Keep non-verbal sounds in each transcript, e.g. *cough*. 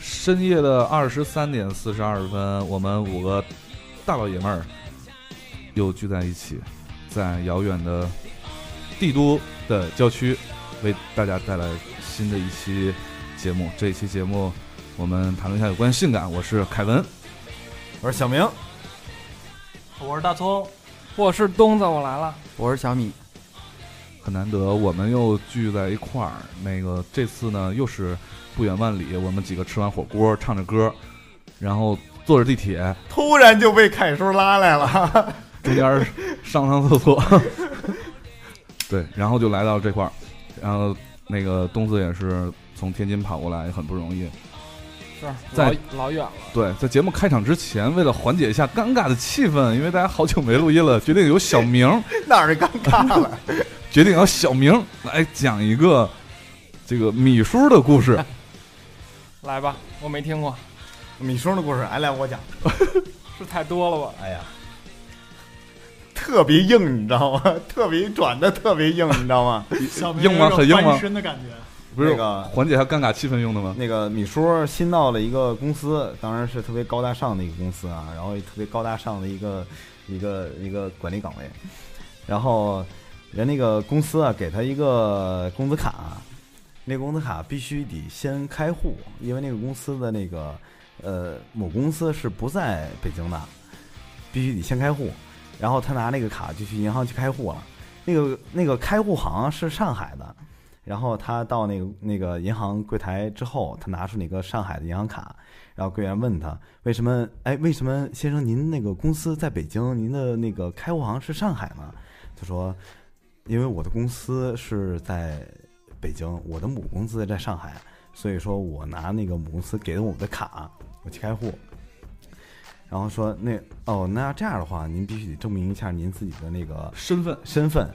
深夜的二十三点四十二分，我们五个大老爷们儿又聚在一起，在遥远的帝都的郊区，为大家带来新的一期节目。这一期节目，我们谈论一下有关性感。我是凯文，我是小明，我是大葱，我是东子，我来了。我是小米，很难得我们又聚在一块儿。那个这次呢，又是不远万里，我们几个吃完火锅，唱着歌，然后坐着地铁，突然就被凯叔拉来了。 *laughs* 中间儿上趟厕所， *laughs* 对，然后就来到这块儿，然后那个东子也是从天津跑过来，很不容易。是在老老远了，对，在节目开场之前，为了缓解一下尴尬的气氛，因为大家好久没录音了，决定由小明儿，哪儿尴尬了？决定由小明儿来讲一个这个米叔的故事。来吧，我没听过， *laughs* 米叔的故事，哎，来我讲。是太多了吧？哎呀，特别硬，你知道吗？特别转的特别硬，你知道吗？ *laughs* 小明硬吗有很硬吗翻身的感觉， *laughs* 不是那个缓解一下尴尬气氛用的吗？那个米叔新到了一个公司，当然是特别高大上的一个公司啊，然后也特别高大上的一个一个一个管理岗位，然后人那个公司啊给他一个工资卡，那个工资卡必须得先开户，因为那个公司的那个呃母公司是不在北京的，必须得先开户，然后他拿那个卡就去银行去开户了，那个那个开户行是上海的，然后他到那个那个银行柜台之后，他拿出那个上海的银行卡，然后柜员问他为什么？哎，为什么先生您那个公司在北京，您的那个开户行是上海呢？他说，因为我的公司是在北京，我的母公司在上海，所以说我拿那个母公司给的我的卡，我去开户。然后说那哦，那这样的话，您必须得证明一下您自己的那个身份身份，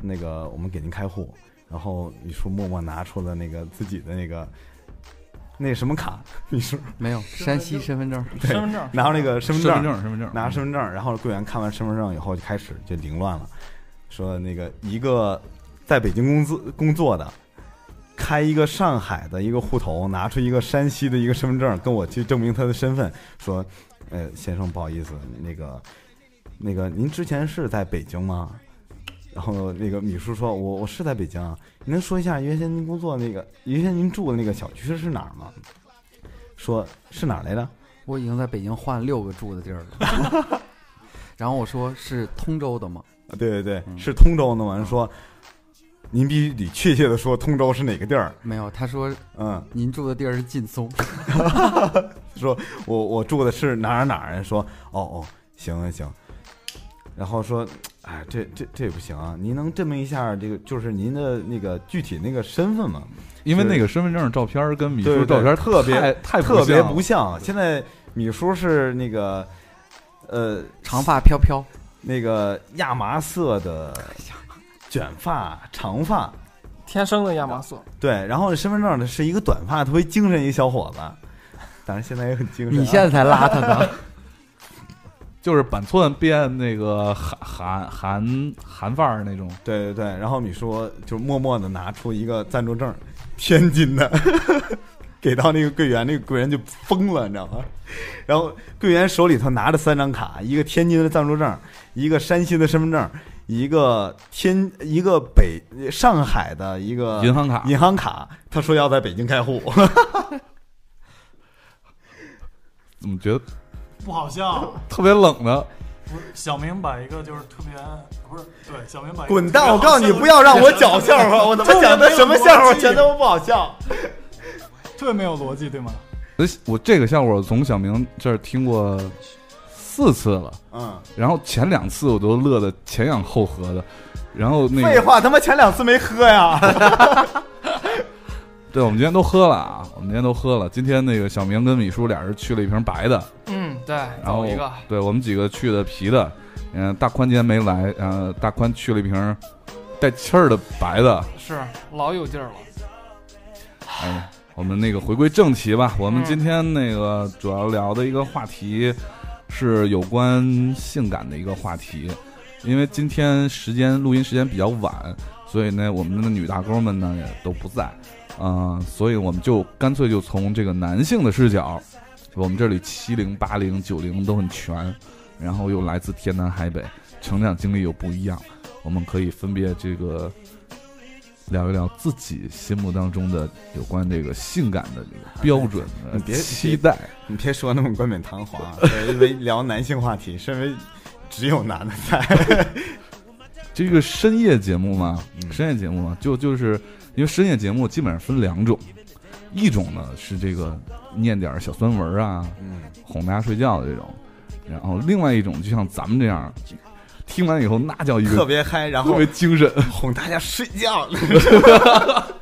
那个我们给您开户。然后米叔默默拿出了那个自己的那个那什么卡，米叔没有山西身份证，对身份证，拿出那个身份证，证，身份证，拿身份证，然后柜员看完身份证以后就开始就凌乱了，说那个一个在北京工作工作的，开一个上海的一个户头，拿出一个山西的一个身份证跟我去证明他的身份，说，呃，先生不好意思，那个那个您之前是在北京吗？然后那个米叔说，我我是在北京啊，您能说一下原先您工作那个原先您住的那个小区是哪儿吗？说是哪儿来着？我已经在北京换六个住的地儿了。 *laughs* 然后我说是通州的吗？啊，对对对，嗯是通州的嘛？人说，您必须得确切的说通州是哪个地儿。没有，他说嗯，您住的地儿是劲松，我我住的是哪儿哪儿？人说，哦哦，行行行。然后说，哎，这这这也不行啊！您能证明一下这个，就是您的那个具体那个身份吗？因为是那个身份证的照片儿跟米对叔对照片儿特别太太特别像了不像。现在米叔是那个，呃，长发飘飘，那个亚麻色的卷发长发，天生的亚麻色。对，然后身份证呢是一个短发，特别精神一小伙子，当然现在也很精神啊、你现在才邋遢呢。就是板寸变那个韩韩韩韩范儿那种。对对对，然后你说就默默的拿出一个暂住证，天津的， *laughs* 给到那个柜员，那个柜员就疯了，你知道吗？然后柜员手里头拿着三张卡，一个天津的暂住证，一个山西的身份证，一个天一个北上海的一个银行卡，银行卡，他说要在北京开户，怎么觉得不好笑。特别冷呢？不是小明把一个就是特别不是对小明把一个滚蛋！我告诉你，不要让我讲笑话， *laughs* 我他妈讲的什么笑话全他妈不好笑。特别没有逻辑对吗？呃我这个笑话我从小明这儿听过四次了，嗯，然后前两次我都乐得前仰后合的，然后那废个，话，他妈前两次没喝呀。对我们今天都喝了啊，我们今天都喝了。今天那个小明跟米叔俩人去了一瓶白的，嗯，对，然后走一个。对我们几个去的啤的，嗯、大宽今天没来，呃，大宽去了一瓶带气儿的白的，是老有劲儿了，哎，我们那个回归正题吧。我们嗯今天那个主要聊的一个话题是有关性感的一个话题，因为今天时间录音时间比较晚，所以呢，我们的女大哥们呢也都不在，嗯、所以我们就干脆就从这个男性的视角，我们这里七零、八零、九零都很全，然后又来自天南海北，成长经历又不一样，我们可以分别这个聊一聊自己心目当中的有关这个性感的这个标准你的嗯别期待。 *laughs* 你别说那么冠冕堂皇啊，因为聊男性话题，身为只有男的 *laughs* 在，这个深夜节目嘛，嗯深夜节目嘛，就就是因为深夜节目基本上分两种，一种呢是这个念点儿小酸文啊，嗯，哄大家睡觉的这种，然后另外一种就像咱们这样，听完以后那叫一个特别嗨，然特后别精神，哄大家睡觉。 *laughs*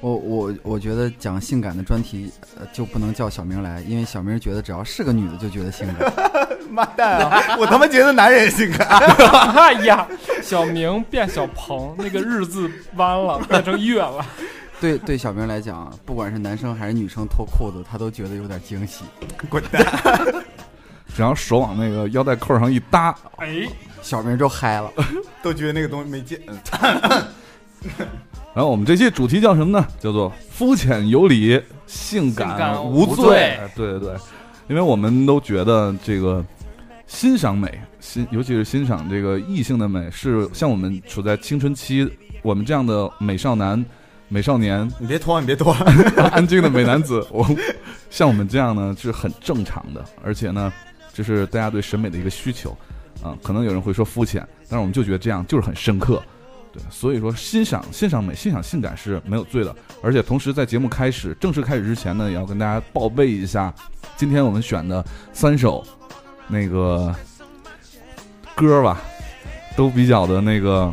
我我我觉得讲性感的专题，呃，就不能叫小明来，因为小明觉得只要是个女的就觉得性 *laughs* 感。妈蛋啊！ *laughs* 我他妈觉得男人也啊性感。 *laughs* 哎呀，小明变小鹏，那个日字弯了， *laughs* 变成月了。对对，小明来讲，不管是男生还是女生脱裤子，他都觉得有点惊喜。滚蛋！只要手往那个腰带扣上一搭，哎，小明就嗨了，都觉得那个东西没劲。嗯然后我们这期主题叫什么呢？叫做肤浅有理，性性感感无哎无罪对对对，因为我们都觉得这个欣赏美，欣尤其是欣赏这个异性的美，是像我们处在青春期，我们这样的美少男、美少年、你别拖，你别拖。安静的美男子， *laughs* 我像我们这样呢是很正常的，而且呢，这是大家对审美的一个需求啊、可能有人会说肤浅，但是我们就觉得这样就是很深刻，对。所以说欣赏欣赏美、欣赏性感是没有罪的。而且同时在节目开始正式开始之前呢，也要跟大家报备一下，今天我们选的三首那个歌吧，都比较的那个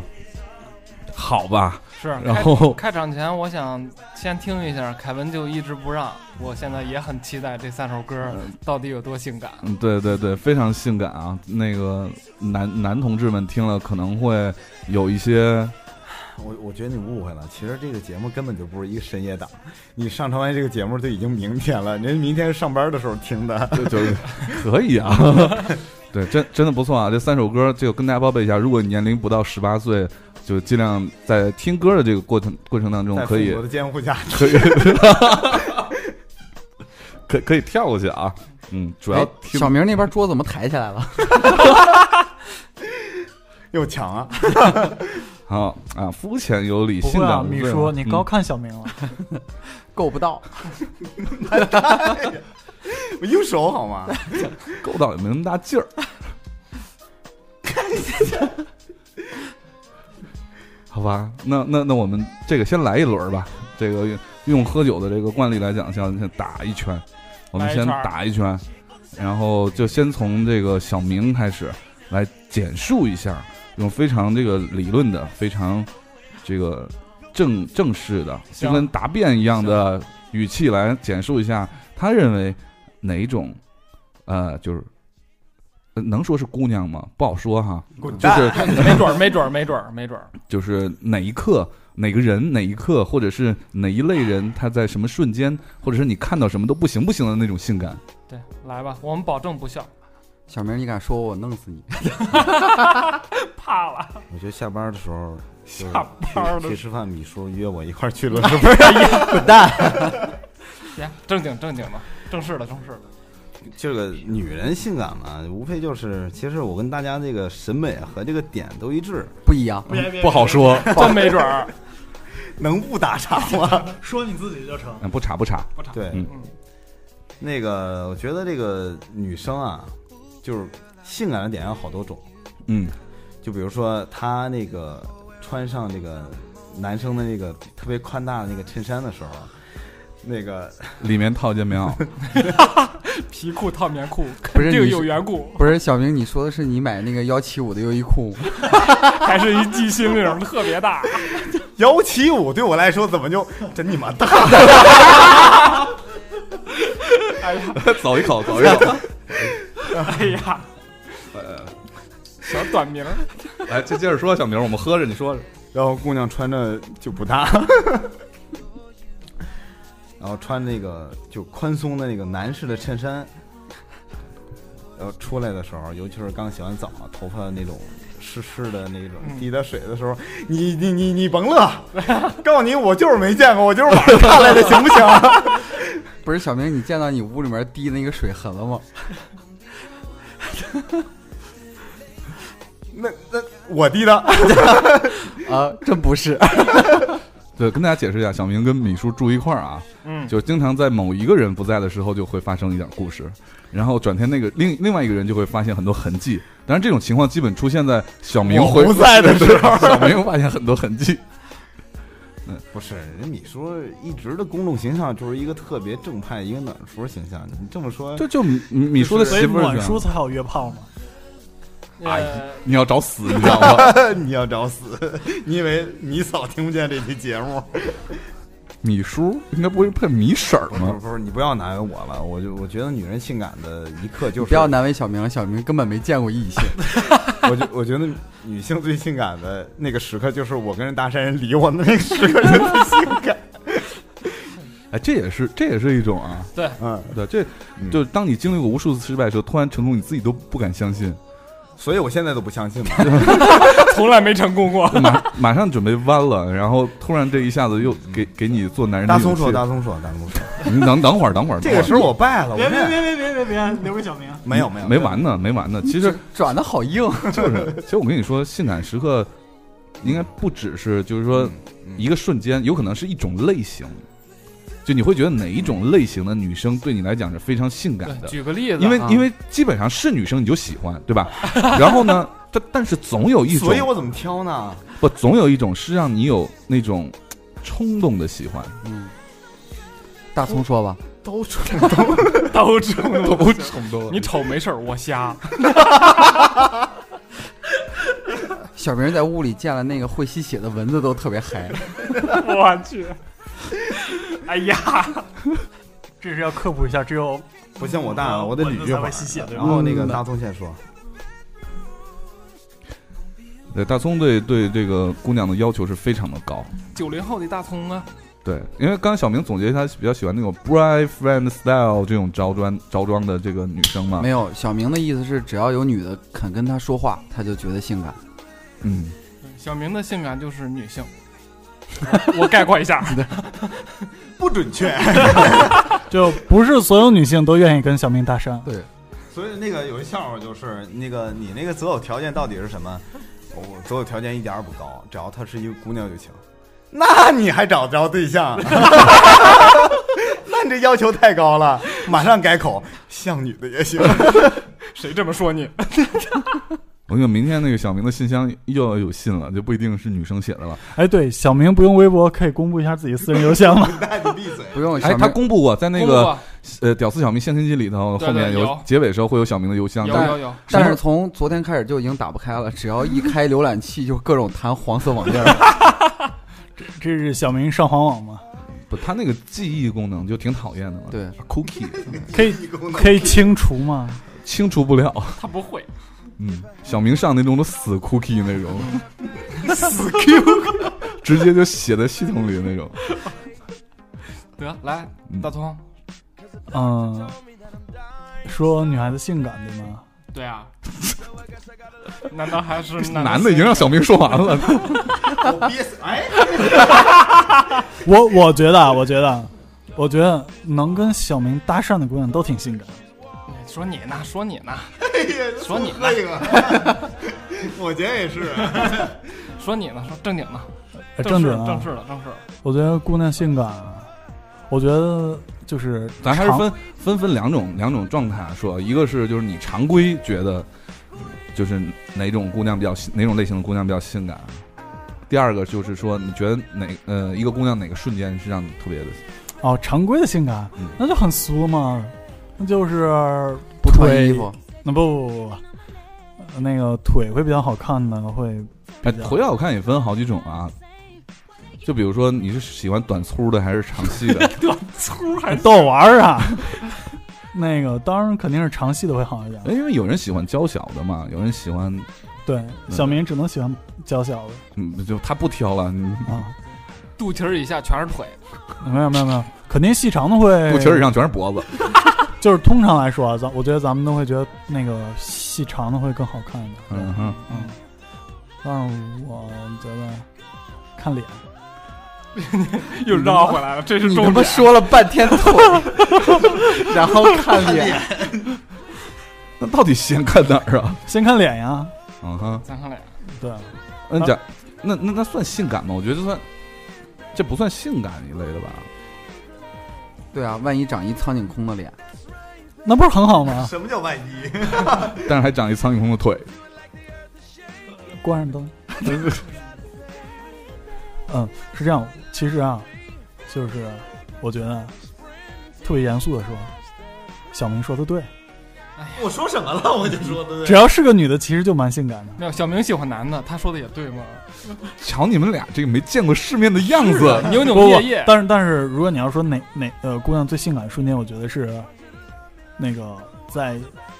好吧，是。然后开开场前，我想先听一下，凯文就一直不让。我现在也很期待这三首歌到底有多性感。 *laughs* 嗯，对对对，非常性感啊！那个男男同志们听了可能会有一 *laughs* 些， *laughs* 我我觉得你误会了，其实这个节目根本就不是一个深夜档，你上传完这个节目就已经明天了，人家明天上班的时候听的。就就是 *laughs* 可以 *laughs* 啊，对，真真的不错啊！这三首歌就跟大家报备一下，如果你年龄不到十八岁，就尽量在听歌的这个过程过程当中在可以父母的监护 *laughs* 下，可以可可以跳过去啊，嗯，主要哎听小明那边桌子怎么抬起来了？又抢啊！好啊，肤浅有理，不性会啊，感无米罪啊叔，你嗯高看小明了，够不到，我用手好 *laughs* 吗？勾到也没那么大劲儿。好吧，那那那我们这个先来一轮儿吧。这个用用喝酒的这个惯例来讲，像先打一圈，我们来一先圈儿打一圈，然后就先从这个小明开始来简述一下，用非常这个理论的、非常这个正正式的，行就跟答辩一样的语气来简述一下，他认为哪一种呃，就是呃能说是姑娘吗？不好说哈。滚就蛋！是没准儿，没准儿，没准儿，没准儿。就是哪一刻、哪个人、哪一刻，或者是哪一类人，他在什么瞬间，或者是你看到什么都不行不行的那种性感。对，来吧，我们保证不笑，小明，你敢说我，我弄死你！怕了。我觉得下班的时候，就是下班去的去吃饭，米叔约我一块儿去伦 *laughs* 别正经正经的，正式的正式的。这个女人性感嘛，无非就是，其实我跟大家这个审美和这个点都一致，不一样，不好，说，真没准儿。能不打岔吗？ *laughs* 说你自己就成。嗯，不查不查，对，嗯那个我觉得这个女生啊，就是性感的点有好多种，嗯，就比如说她那个穿上这个男生的那个特别宽大的那个衬衫的时候，那个里面套一件棉 *laughs* 袄，皮裤套棉裤，不肯是定你有缘故， *laughs* 不是小明，你说的是你买那个幺七五的优衣库 *laughs* 吗？还是一记心铃，特别大。幺七五对我来说怎么就 *laughs* 真你妈大？哎呀，走一口，走一 *laughs* 口。哎呀，小短名儿，来，哎接接着说，小明，我们喝着，你说着。然后姑娘穿着就不大， *laughs* 然后穿那个就宽松的那个男士的衬衫，呃出来的时候，尤其是刚洗完澡，头发那种湿湿的那种嗯滴的水的时候，你你你你甭 *laughs* 乐，告诉你我就是没见过，我就是 *laughs* 网上看来的，行不行？不是小明，你见到你屋里面滴那个水痕了吗？那那我滴的， *laughs* 啊，真不是，对，跟大家解释一下，小明跟米叔住一块儿啊，嗯，就经常在某一个人不在的时候，就会发生一点故事，然后转天那个另另外一个人就会发现很多痕迹。当然，这种情况基本出现在小明我回不 *laughs* 在的时候小明发现很多痕迹。不是人米叔一直的公众形象就是一个特别正派一个暖叔形象，你这么说这就米米叔的所以媳妇儿暖这叔样，才好约炮嘛。呃，你要找死，你知道 *laughs* 吗？你要找死， *laughs* 你以为你嫂听不见这期节目？米叔应该不会配米婶儿 *laughs* 不是吗？不是，你不要难为我了，我就我觉得女人性感的一刻就是不要难为小明，小明根本没见过异 *laughs* 性。 *laughs* 我觉我觉得女性最性感的那个时刻，就是我跟人搭讪人理我的那个时刻，是最性 *laughs* 感。哎，这也是这也是一种啊。嗯，对，这嗯就是当你经历过无数次失败的时候，突然成功，你自己都不敢相信，所以我现在都不相信嘛。从来没成功过。马 *laughs* 马上准备弯了，然后突然这一下子又给给你做男人的 *laughs* 嗯大勇气。松 *laughs* 说，大松说，大松说， *laughs* 你等等会儿，等会儿，这个等会时候我败了，我别别现在别别别别别，留给小明。没有没儿有没完呢，没 *laughs* 完呢。其实转的好 *laughs* 硬，就是，其实我跟你说，性感时刻应该不只是，就是说嗯一个瞬间，有可能是一种类型。就你会觉得哪一种类型的女生对你来讲是非常性感对，的， *laughs* 举个例子啊，因为因为基本上是女生你就喜欢，对吧？然后呢，但但是总有一种所以我怎么挑呢？不总有一种是让你有那种冲动的喜欢，嗯，大葱说吧，都说都成功不冲动你瞅没事儿，我瞎。小明在屋里见了那个会吸血的蚊子都特别 *laughs* 嗨，我去， *laughs* 哎呀，这是要科普一下，只有不信我大，我得捋一蚊子才会会儿吸血。对然吧？后那个大松先说，对，大葱对对这个姑娘的要求是非常的高。九零后的大葱啊，对，因为刚刚小明总结他比较喜欢那种 bride friend style 这种着装着装的这个女生嘛没，有，小明的意思是只要有女的肯跟他说话，他就觉得性感。嗯，小明的性感就是女性。 *laughs* 我概括一下，不准确。 *laughs* 就不是所有女性都愿意跟小明搭讪。所以那个有一笑话就是，那个你那个择偶条件到底是什么？我择偶条件一点儿也不高，只要她是一个姑娘就行。那你还找不着对象？ *laughs* 那你这要求太高了，马上改口，像女的也行。谁这么说你？我跟你说，明天那个小明的信箱又要有信了，就不一定是女生写的了。哎，对，小明不用微博，可以公布一下自己私人邮 *laughs* 箱吗？那你闭嘴。不用，小哎，明、他公布过，在那个公呃《屌丝小明现身记》里头，对后面对有结尾时候会有小明的邮箱布，有但有有，但是从昨天开始就已经打不开了，只要一开浏览器就各种弹黄色网页儿。这是小明上黄网吗？不，他那个记忆功能就挺讨厌的了。对， ，cookie 可以可以清除吗？清除不了。他不会。嗯，小明上那种都死 cookie 那种， *laughs* 死 Q，直接就写在系统里那种。得来嗯，大葱，嗯，说女孩子性感对吗？*laughs* 对啊，难道还是男的已经让小明说完了，我憋死！ *laughs* 哎，我我觉得，啊，我觉得，我觉得能跟小明搭讪的姑娘都挺性感。哎说你呢？说你呢？说说你呢喝一个， *laughs* 我觉得也是。说你呢？说正经呢？哎正正事经儿正啊事，儿了，正事儿了。我觉得姑娘性感啊，我觉得就是咱还是长分分分两种两种状态说，一个是就是你常规觉得就是哪种姑娘比较哪种类型的姑娘比较性感，第二个就是说你觉得哪呃一个姑娘哪个瞬间是让你特别的哦常规的性感嗯，那就很俗嘛，那就是不穿腿衣服，那不不不不不，那个腿会比较好看的会哎，比较腿好看也分好几种啊。就比如说，你是喜欢短粗的还是长细的？粗还逗玩儿啊。 *laughs* 那个当然肯定是长细的会好一点哎，，因为有人喜欢娇小的嘛，有人喜欢，对，小明只能喜欢娇小的嗯，就他不挑了，你啊，肚脐儿以下全是腿，没有没有没有，肯定细长的会肚脐儿以上全是脖子。就是通常来说啊，咱我觉得咱们都会觉得那个细长的会更好看一点。嗯哼，嗯，但是我觉得看脸，又绕回来了， *laughs* 这是你他重妈点。说了半天 *laughs* 腿，然后看脸，那到底先看哪儿啊？先看脸呀。嗯哼，啊咱看脸，对，那你讲，那那那算性感吗？我觉得这算，这不算性感一类的吧？对啊，万一长一苍井空的脸，那不是很好啊吗？什么叫万一？但是还长一苍井空的腿，关上灯。嗯，是这样。其实啊，就是我觉得特别严肃的说，小明说的对，我说什么了？我就说的只要是个女的，其实就蛮性感的。没有小明喜欢男的，他说的也对嘛。瞧你们俩这个没见过世面的样子，扭扭不不捏捏，，但是但是，如果你要说哪哪呃姑娘最性感的瞬间，我觉得是那个在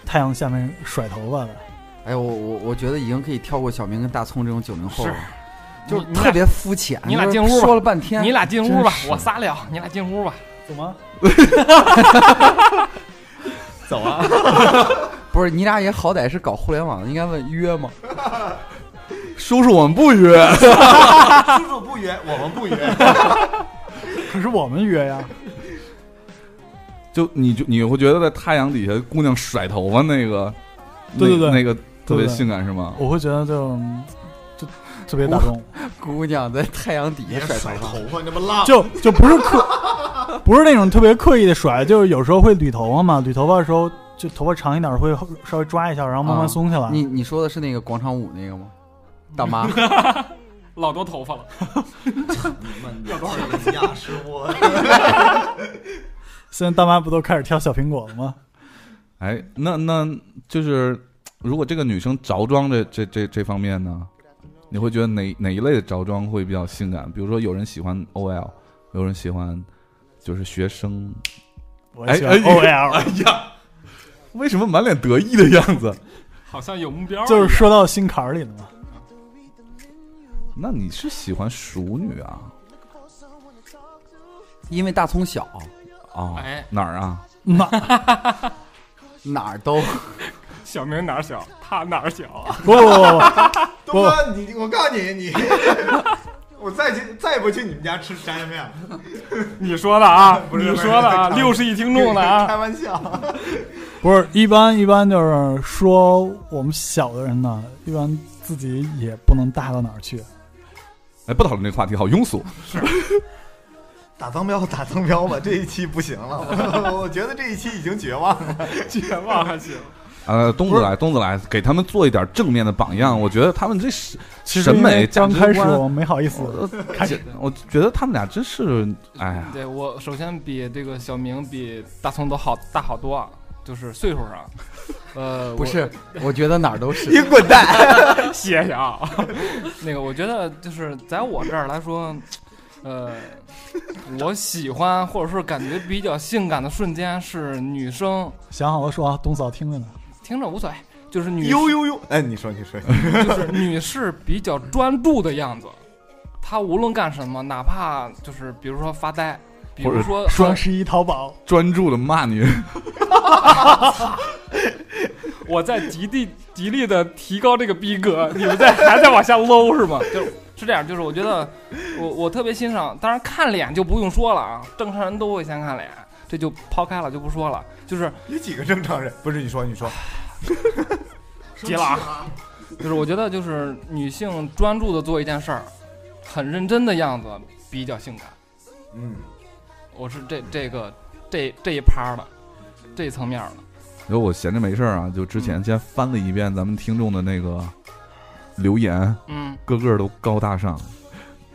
太阳下面甩头发的。哎，我我我觉得已经可以跳过小明跟大葱这种九零后了，是就是你你俩特别肤浅。你俩就是进屋吧说了半天，你俩进屋吧真，是我仨聊，你俩进屋吧。怎么？走 *laughs* 啊！不是你俩也好歹是搞互联网的，应该问约吗？ *laughs* 叔叔我们不约。叔叔不约，我们 *laughs* 不约。可是我们 *laughs* 约呀，就你就你会觉得在太阳底下姑娘甩头发那个，对对那对那个特别对对性感是吗？我会觉得就就特别打动我。姑娘在太阳底别下甩甩头发，头发，那么浪。就就不是刻， *laughs* 不是那种特别刻意的甩，就是有时候会捋头发嘛，捋头发的时候就头发长一点会稍微抓一下，然后慢慢松下啊啊来。你你说的是那个广场舞那个吗？大 *laughs* 妈，老多头发了，你们要多少人呀，师傅？现在大妈不都开始挑小苹果了吗？哎，那那就是如果这个女生着装这这这这方面呢，你会觉得哪哪一类的着装会比较性感？比如说有人喜欢 OL，有人喜欢就是学生，我也喜欢哎哎 OL，、为什么满脸得意的样子？好像有目标。就是说到心坎儿里了嘛。那你是喜欢熟女啊？因为大葱小，哦，哎，哪儿啊？那哪儿都小明哪儿小，他哪儿小，啊不不不东哥，你我告诉你，你 *laughs* 我再去再不去你们家吃炸酱面了， *laughs* 你说的啊，不是你说的啊，不是六十亿听众的啊开，玩笑。不，不是一般一般就是说我们小的人呢，一般自己也不能大到哪儿去。哎，不讨论这个话题，好庸俗。 *laughs* 打脏标，打脏标吧，这一期不行了， *laughs* 我我觉得这一期已经绝望了。绝望还行。呃，东子来，东子来，给他们做一点正面的榜样。我觉得他们这是其实审因美为价刚值开始观我没好意思，我开始我觉得他们俩真是，哎呀，对我首先比这个小明比大葱都好大好多，啊，就是岁数上，呃， *laughs* 不我是，我觉得哪儿都是。滚 *laughs* *laughs* 蛋！谢谢啊。那个，我觉得就是在我这儿来说，呃，我喜欢或者是感觉比较性感的瞬间是女生想好了说啊，东嫂听着呢。听着无所谓，就是女呦呦呦！哎，你说你说，就是女士比较专注的样子。她无论干什么，哪怕就是比如说发呆，比或如者说双十一淘宝，专注的骂你。我在极力极力的提高这个逼格，你们在还在往下搂是吗？ *laughs* 就是是这样，就是我觉得我我特别欣赏，当然看脸就不用说了啊，正常人都会先看脸，这就抛开了就不说了，就是有几个正常人？不是你说你说，结了啊， *laughs* 就是我觉得就是女性专注的做一件事儿，很认真的样子比较性感，嗯，我是这这个这这一趴的这一层面的，然后我闲着没事儿啊，就嗯之前先翻了一遍咱们听众的那个留言，嗯，个个都高大上。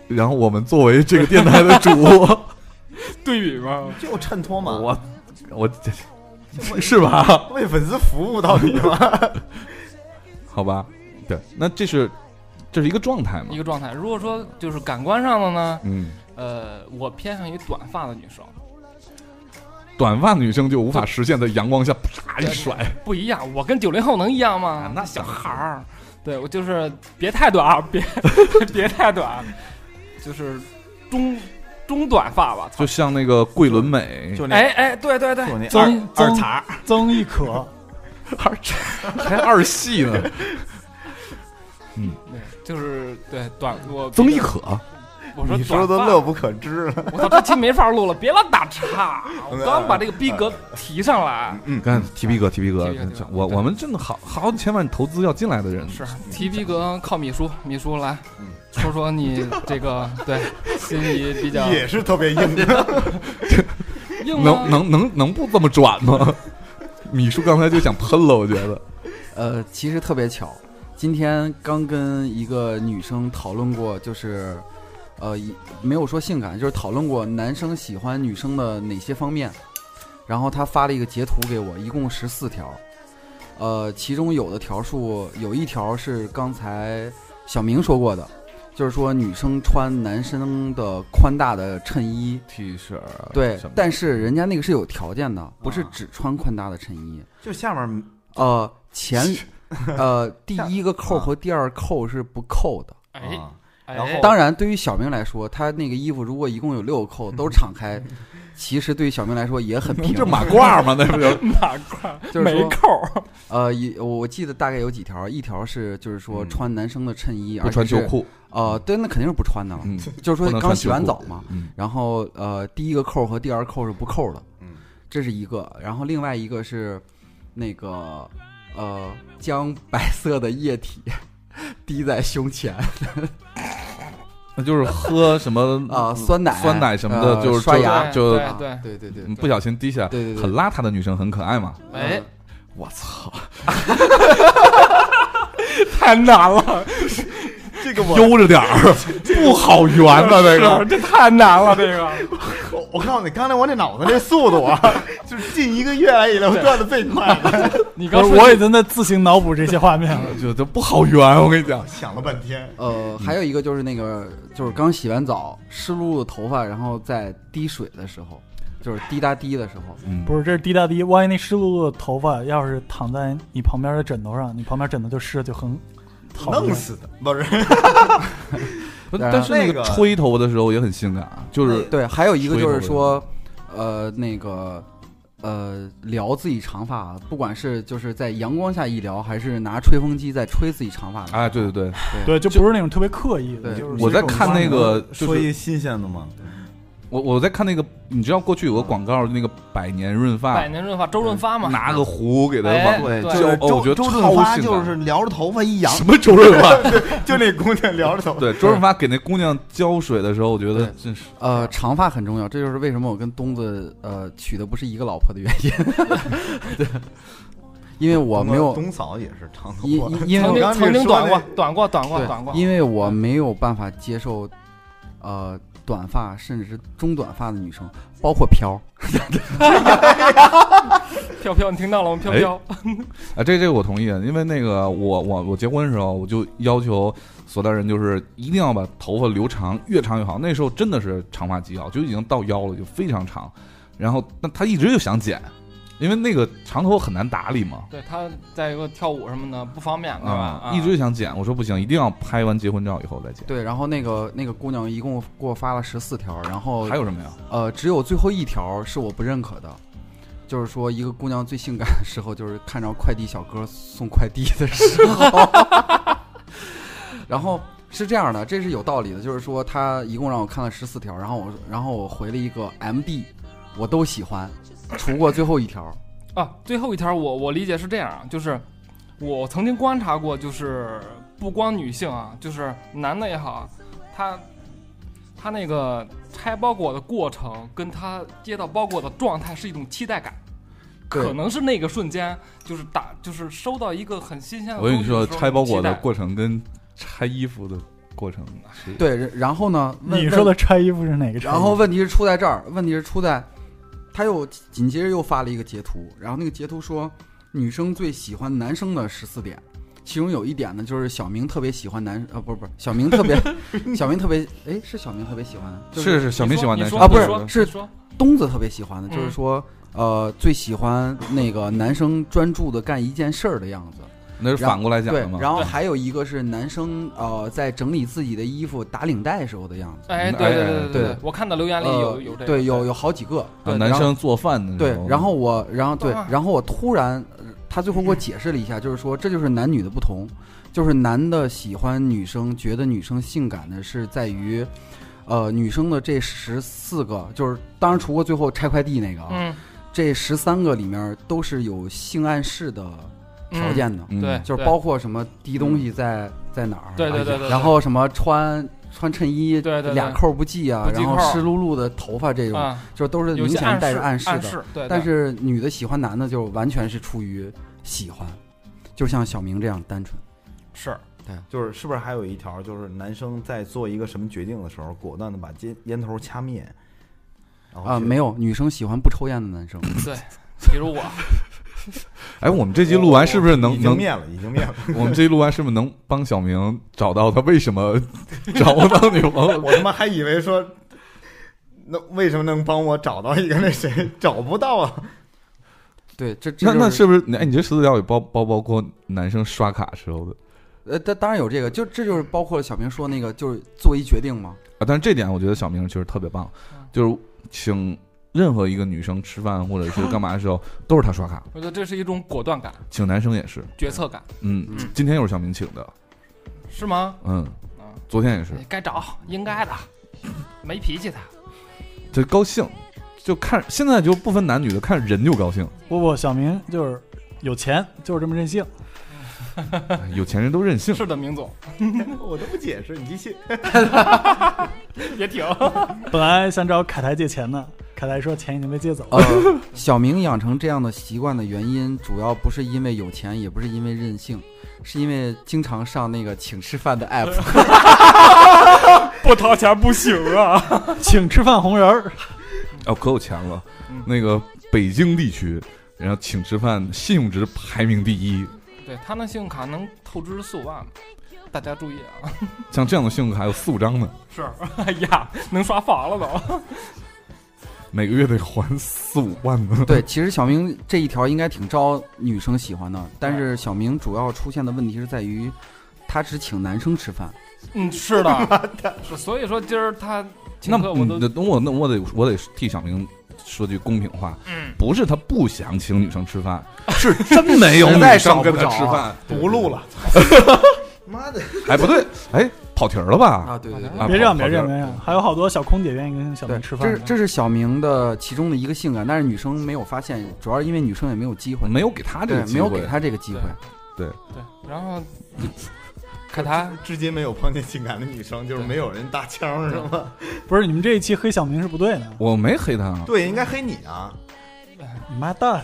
然后我们作为这个电台的主播， *laughs* 对比吗？就衬托嘛，我我这是吧？为粉丝服务到底 *laughs* 嘛。好吧，对，那这是这是一个状态嘛一？个状态。如果说就是感官上的呢，嗯，呃，我偏向于短发的女生，短发女生就无法实现在阳光下啪一甩，不一样。我跟九零后能一样吗？啊那啊小孩儿，对我 *laughs* 就是别太短啊，别别太短，就是中中短发吧，操就！像那个桂纶镁，就哎那哎，对对对，就那曾二二曾茬儿，曾轶 *laughs* 可，还二戏呢， *laughs* 就是对短我曾轶，可，我说你说短的都发乐不可支了。我操，这期没法录了，别老打岔。我刚把这个逼格提上来，你看提逼哥，提逼哥嗯提逼哥提逼哥，我对我们真的好好千万投资要进来的人，是提逼格靠米叔，米叔来嗯说说你这个对心仪比较 *laughs* 也是特别硬的，硬吗能能能能不这么转吗？ *laughs* 米叔刚才就想喷了，我觉得呃，其实特别巧，今天刚跟一个女生讨论过，就是，呃，一没有说性感，就是讨论过男生喜欢女生的哪些方面。然后她发了一个截图给我，一共十四条，呃，其中有的条数有一条是刚才小明说过的，就是说女生穿男生的宽大的衬衣， T 恤对，但是是人家那个是有条件的，不是只穿宽大的衬衣。就下面呃，前呃第一个啊扣和第二扣是不扣的。哎，啊哎然哦后当然，对于小明来说，他那个衣服如果一共有六个扣都敞开，其实对于小明来说也很平嗯这。马褂嘛，那不 *laughs* 就 *laughs* 哪块就是没说扣儿，呃，一我记得大概有几条，一条是就是说嗯穿男生的衬衣，不穿而且秋是。裤？呃，对，那肯定是不穿的了。嗯，就不是说能刚穿洗秋完裤澡嘛，嗯然后呃，第一个扣和第二扣是不扣的，嗯，这是一个。然后另外一个是那个呃，将白色的液体 *laughs* 滴在胸前那就是喝什么啊、酸奶、嗯酸奶什么的呃就是刷就牙，啊对就对对对对嗯不小心滴下，对对对很邋遢的女生很可爱嘛。对，哎，我操，太难了，这个我悠着点 *laughs* 儿，不好圆呐，这是啊个这太难了，这个我我告诉你，刚才我这脑子这速度啊， *laughs* 就是近一个月来以来我转的最快的，你刚我说我已经在自行脑补这些画面了。 *laughs* 就就不好圆，我跟你讲，想了半天，嗯呃，还有一个就是那个，就是刚洗完澡，湿漉漉的头发，然后在滴水的时候，就是滴答滴的时候，嗯，不是，这是滴答滴。万一那湿漉漉的头发要是躺在你旁边的枕头上，你旁边枕头就湿，就很讨厌弄。死的不是不是，当然但是那那个个吹头的时候也很性感啊，就是对，还有一个吹头就是说，呃，那个，呃，撩自己长发，不管是就是在阳光下一撩，还是拿吹风机在吹自己长发，哎，对对对，对，就不是那种特别刻意的。对就是我在看那个就呃说是一新鲜的嘛，我我在看那个，你知道过去有个广告那个百年润发百，年润发周润发嘛，拿个壶给它哎往对就就是哦我周觉得周超润发性感就是撩着头发一扬， *laughs* 什么周润发？ *laughs* 就那姑娘撩着头发， *laughs* 对，周润发给那姑娘浇水的时候，我觉得对真是呃，长发很重要，这就是为什么我跟东子呃娶的不是一个老婆的原因。 *laughs* 对，因为我没有，东嫂也是 *laughs* 长头因发，因因曾我为经刚曾跟经你说短那过，短过，短过，短过对，，因为我没有办法接受，呃，短发甚至是中短发的女生，包括飘。嗯飘飘，你听到了吗？飘哎飘，啊，这这个我同意，因为那个我我我结婚的时候，我就要求所有的人就是一定要把头发留长，越长越好。那时候真的是长发及腰，就已经到腰了，就非常长。然后，但他一直就想剪，因为那个长头发很难打理嘛。对他再一个跳舞什么的不方便，对吧？啊一直就想剪，我说不行，一定要拍完结婚照以后再剪。对，然后那个那个姑娘一共给我发了十四条，然后哦还有什么呀？呃，只有最后一条是我不认可的，就是说一个姑娘最性感的时候，就是看着快递小哥送快递的时候。 *laughs* 然后是这样的，这是有道理的，就是说他一共让我看了十四条，然后我然后我回了一个 M D，我都喜欢，除过最后一条。啊，最后一条我我理解是这样啊，就是我曾经观察过，就是不光女性啊，就是男的也好啊，他他那个拆包裹的过程跟他接到包裹的状态是一种期待感。对可能是那个瞬间，就是打，就是收到一个很新鲜的我东西的跟你时候。说，拆包裹的期待过程跟拆衣服的过程是对，然然后呢？问你说的拆衣服是哪个拆衣服？然后问题是出在这儿，问题是出在，他又紧接着又发了一个截图，然后那个截图说女生最喜欢男生的十四点，其中有一点呢就是小明特别喜欢男，呃，不是不是，小明特别，小明特别，哎，是小明特别喜欢，就是是小明喜欢你男说生啊不是你说是你说东子特别喜欢的，就是嗯说，呃，最喜欢那个男生专注的干一件事儿的样子。那是反过来讲对的嘛。，啊然后还有一个是男生呃在整理自己的衣服打领带时候的样子，哎，那对对哎对嗯对对，我看到留言里呃有有这个，对有有好几个，还有对男然后生做饭的那对种，然后我，然后对啊，然后我突然，呃他最后给我解释了一下，就是说这就是男女的不同，就是男的喜欢女生，觉得女生性感的是在于，呃，女生的这十四个，就是当然除过最后拆快递那个啊，嗯，这十三个里面都是有性暗示的嗯条件的，嗯对，就是对包括什么滴东西在在哪儿，啊对对对对然后什么穿穿衬衣，对对对俩扣不系啊不，系然后扣湿漉漉的头发这种，啊，就都是有明些显带着暗暗示的。示，对，但对是女的喜欢男的就完全是出于喜欢，就像小明这样单纯。是就是是不是还有一条，就是男生在做一个什么决定的时候，果断的把烟烟头掐灭，哦然后啊、去没有女生喜欢不抽烟的男生。比如我，哎，我们这集录完是不是能已经能？灭了，已经灭了。我们这集录完是不是能帮小明找到他为什么 *laughs* 找不到女朋 *laughs* 友？我他妈还以为说，那为什么能帮我找到一个那谁找不到啊？ *laughs* 对，这这那就那是是不是？哎，你这十四条里包包包括男生刷卡时候的呃，当当然有这个，就这就是包括小明说那个，就是做一决定嘛。啊？但是这点我觉得小明确实特别棒嗯，就是请任何一个女生吃饭或者是干嘛的时候，都是他刷卡，我觉得这是一种果断感、请男生也是。决策感，嗯嗯，今天又是小明请的，是吗？嗯啊，昨天也是，哎该找，应该的，没脾 *laughs* 气的，这高兴。就看现在就不分男女的，看人就高兴。不不，小明就是有钱，就是这么任性。哎有钱人都任性，是的，明总我都不解释，你继续。也挺本来想找凯台借钱呢，凯台说钱已经被借走了。呃，小明养成这样的习惯的原因，主要不是因为有钱，也不是因为任性，是因为经常上那个请吃饭的 app。不掏钱不行啊。请吃饭红人儿，哦，可有钱了嗯。那个北京地区，然后请吃饭信用值排名第一，对他那信用卡能透支四五万，大家注意啊！ *laughs* 像这样的信用卡有四五张呢， *laughs* 是，哎呀，能刷房了都。每个月得还四五万呢。对，其实小明这一条应该挺招女生喜欢的，但是小明主要出现的问题是在于，他只请男生吃饭。嗯，是的， *laughs* 是所以说今儿他请那客我都嗯那我那我得我得替小明说句公平话，嗯不是他不想请女生吃饭，是真没有实女在生找跟不他着吃饭。不录 *laughs* 了，妈的！哎，不对，哎，跑题儿了吧？，对对对啊别这样，跑别这样，跑别这样，还有好多小空姐愿意跟小对，明吃这饭是呢。这是小明的其中的一个性感，但是女生没有发现，主要是因为女生也没有机会，没有给他这对个，没机有给会。他这个机会。对，然后可他至今没有碰见性感的女生，就是没有人搭腔是吗？不是你们这一期黑小明是不对的，我没黑他，对，应该黑你啊！你妈蛋！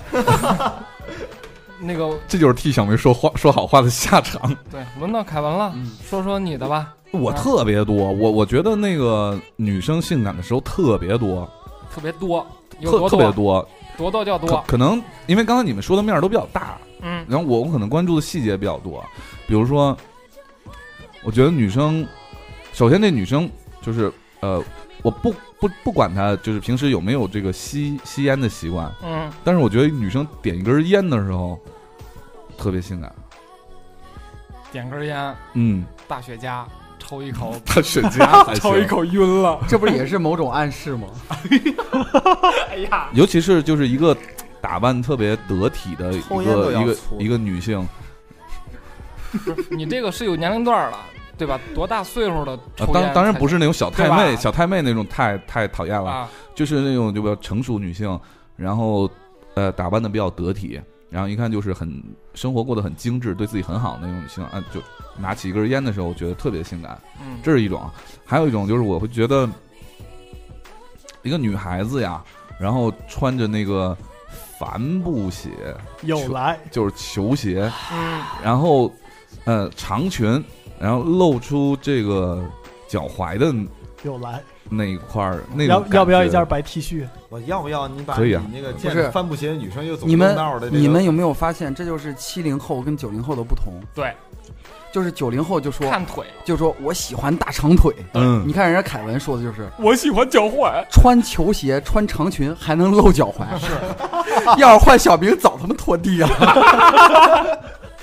那个这就是替小明说话说好话的下场。嗯对，轮到凯文了，嗯，说说你的吧， *laughs* 我特别多，我我觉得那个女生性感的时候特别多，特别多，有特多特别多多，多多叫可多，可能因为刚才你们说的面儿都比较大，嗯然后我我可能关注的细节比较多，比如说，我觉得女生，首先这女生就是呃，我不不不管她就是平时有没有这个吸吸烟的习惯，嗯，但是我觉得女生点一根烟的时候特别性感，点根烟，嗯，大雪茄，抽一 *laughs* 口，她雪 *laughs* 茄还抽一行，口晕了， *laughs* 这不是也是某种暗示吗？哎呀，尤其是就是一个打扮特别得体的一 *laughs* 抽烟都个要一个粗一个女性，你这个是有年龄段儿了，对吧？多大岁数的抽呃烟才行、当当然不是那种小太对吧妹小太妹那种太太讨厌了，啊，就是那种就比较成熟女性，然后呃打扮的比较得体，然后一看就是很生活过得很精致，对自己很好那种女性，啊，就拿起一根烟的时候，我觉得特别性感，嗯，这是一种。还有一种就是我会觉得一个女孩子呀，然后穿着那个帆布鞋，有来，就是球鞋，嗯然后呃长裙，然后露出这个脚踝的有来，那一块儿，那种要要不要一感觉件白 T 恤？我要不要你把可以你啊那个不见是帆布鞋的女生又走你们正道的这个你们有没有发现，这就是七零后跟九零后的不同？对，就是九零后就说看腿，就说我喜欢大长腿，嗯你看人家凯文说的就是我喜欢脚 *laughs* 踝，穿球鞋穿长裙还能露脚啊踝，是，要是换小明早他妈拖地了。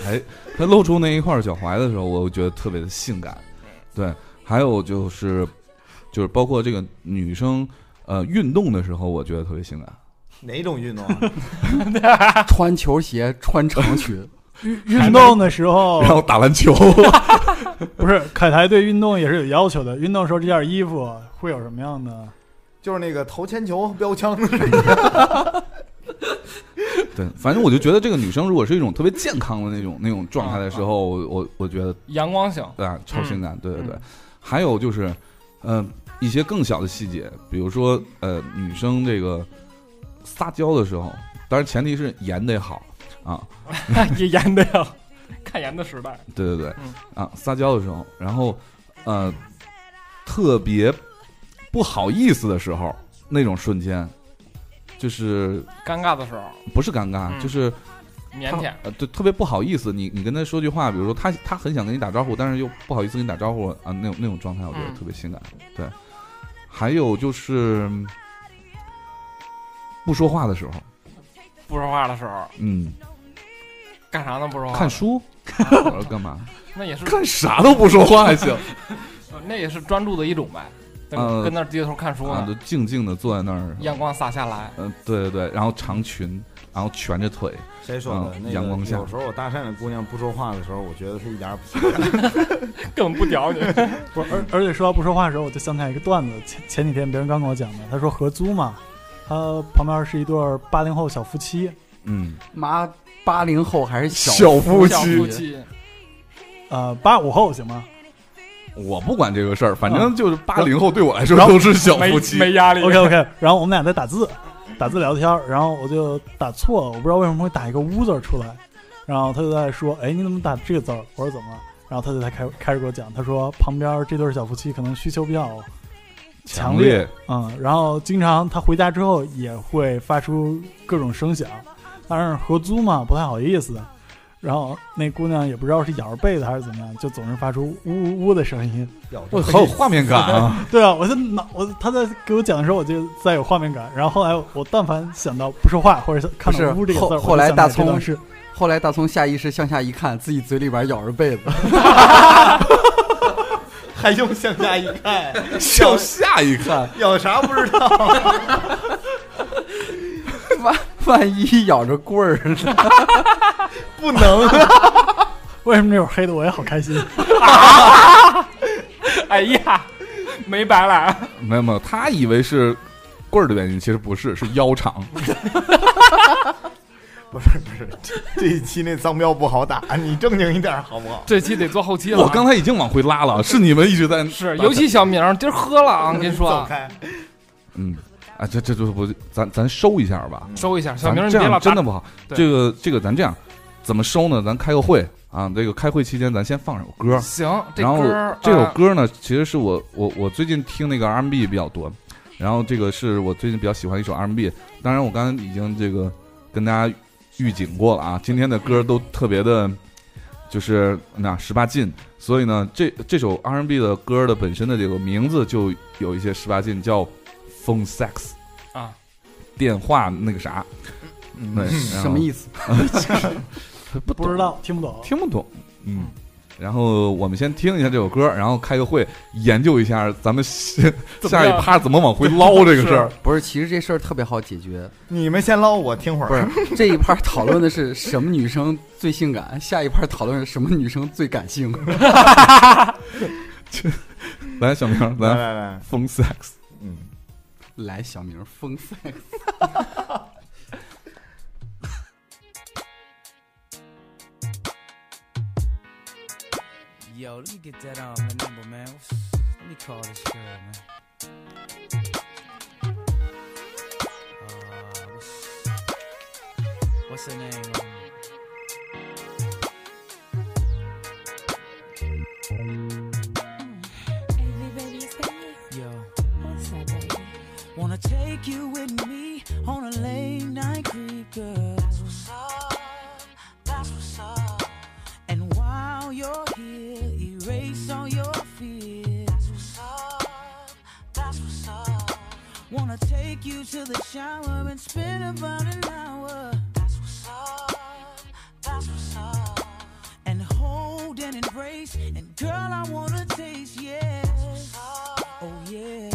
哎，他露出那一块脚踝的时候，我觉得特别的性感。对，还有就是，就是包括这个女生，呃，运动的时候，我觉得特别性感。哪种运动啊？ *laughs* 穿球鞋，穿长裙，运动的时候然后打篮 *laughs* 球，不是凯台对运动也是有要求的，运动的时候这件衣服会有什么样的？就是那个投铅球、标枪， *laughs* 对，反正我就觉得这个女生如果是一种特别健康的那种那种状态的时候，我我我觉得阳光型，对啊，超性感，对对对嗯。还有就是，呃，一些更小的细节，比如说，呃，女生这个撒娇的时候，当然前提是演得好啊，也严哎的呀，看严的时代，对对对嗯，啊，撒娇的时候，然后，呃，特别不好意思的时候，那种瞬间，就是尴尬的时候，不是尴尬，嗯就是腼腆，呃，对，特别不好意思，你你跟他说句话，比如说他他很想跟你打招呼，但是又不好意思跟你打招呼啊，那种那种状态，我觉得嗯特别性感。对，还有就是嗯不说话的时候，不说话的时候，嗯，干啥呢？不说话，看 *laughs* 书，或者干嘛，啊那也是，哦 *laughs* 看啥都不说话还行那也是专注的一种呗，跟呃跟那儿低着头看书啊，呢就，静静的坐在那儿，阳光洒下来，嗯、对对对，然后长裙，然后蜷着腿，谁说的？嗯那个阳光下有时候我搭讪的姑娘不说话的时候，我觉得她一点儿也不行。 *laughs* 根本不屌你，不是，而而且说到不说话的时候，我就想起来一个段子，前前几天别人刚跟我讲的，他说合租嘛，他旁边是一对儿八零后小夫妻，嗯，妈，八零后还是小夫小夫妻，呃，八五后行吗我不管这个事儿，反正就是八零后对我来说都是小没夫妻，没压力 *laughs* ？OK OK，然后我们俩在打字，打字聊天儿，然后我就打错了，我不知道为什么会打一个乌字儿出来，然后他就在说，哎，你怎么打这个字儿？我说怎么了？然后他就在开开始给我讲，他说旁边这对儿小夫妻可能需求比较强烈，烈，嗯，然后经常他回家之后也会发出各种声响，但是合租嘛不太好意思，然后那姑娘也不知道是咬着被子还是怎么样，就总是发出呜呜呜的声音。咬着我好有画面感 *laughs* 啊，对啊，我就脑我他在给我讲的时候，我就在有画面感。然后后来我但凡想到不说话或者是看不到是“呜”这个字后儿，后来大葱是后来大葱下意识向下一看，自己嘴里边咬着被子， *laughs* 还用向下一看，向下一看。咬啥不知道。万万一咬着棍儿呢，不能。啊 *laughs* 为什么这会儿黑的我也好开心？哎呀，没白来，没有没有，他以为是棍儿的原因，其实不是，是腰长。不是不是，这这一期那脏标不好打，你正经一点好不好？这期得做后期了啊。我刚才已经往回拉了，是你们一直在是，尤其小明儿今儿喝了啊，我跟你说走啊，开，嗯啊，这这就不咱咱收一下吧，收一下，小咱明儿你这别老样打真的不好。对这个这个咱这样怎么收呢？咱开个会啊，这个开会期间咱先放首歌，行，这然后歌儿这首啊歌呢，其实是我我我最近听那个 R&B 比较多，然后这个是我最近比较喜欢一首 R&B。当然，我刚刚已经这个跟大家预警过了啊，今天的歌都特别的，就是那十八禁，所以呢，这这首 R&B 的歌的本身的这个名字就有一些十八禁，叫 Phone Sex 啊，嗯电话那个啥，对，嗯什么意思？思？不不知道，听不懂。听不懂，嗯。然后我们先听一下这首歌，然后开个会，研究一下咱们下怎么下样一趴怎么往回捞这个事儿。不是，其实这事儿特别好解决。你们先捞我听会不儿。是这一趴讨论的是什么女生最性感，下一趴讨论什么女生最感性。 *laughs* 来，小明，来来来来，风 sex，嗯，来，小明疯赛。 Yo, let me get that um her number, man. What's- Let me call this girl, man. Uh, what's, what's her name? Um, Yo. Wanna take you with me on a late night creep, girl. That's what's up. That's what's up. And while you're here, erase all your fears. That's what's up. That's what's up. Wanna take you to the shower and spend about an hour. That's what's up. That's what's up. And embrace. And girl, I wanna taste, yeah. Oh yeah.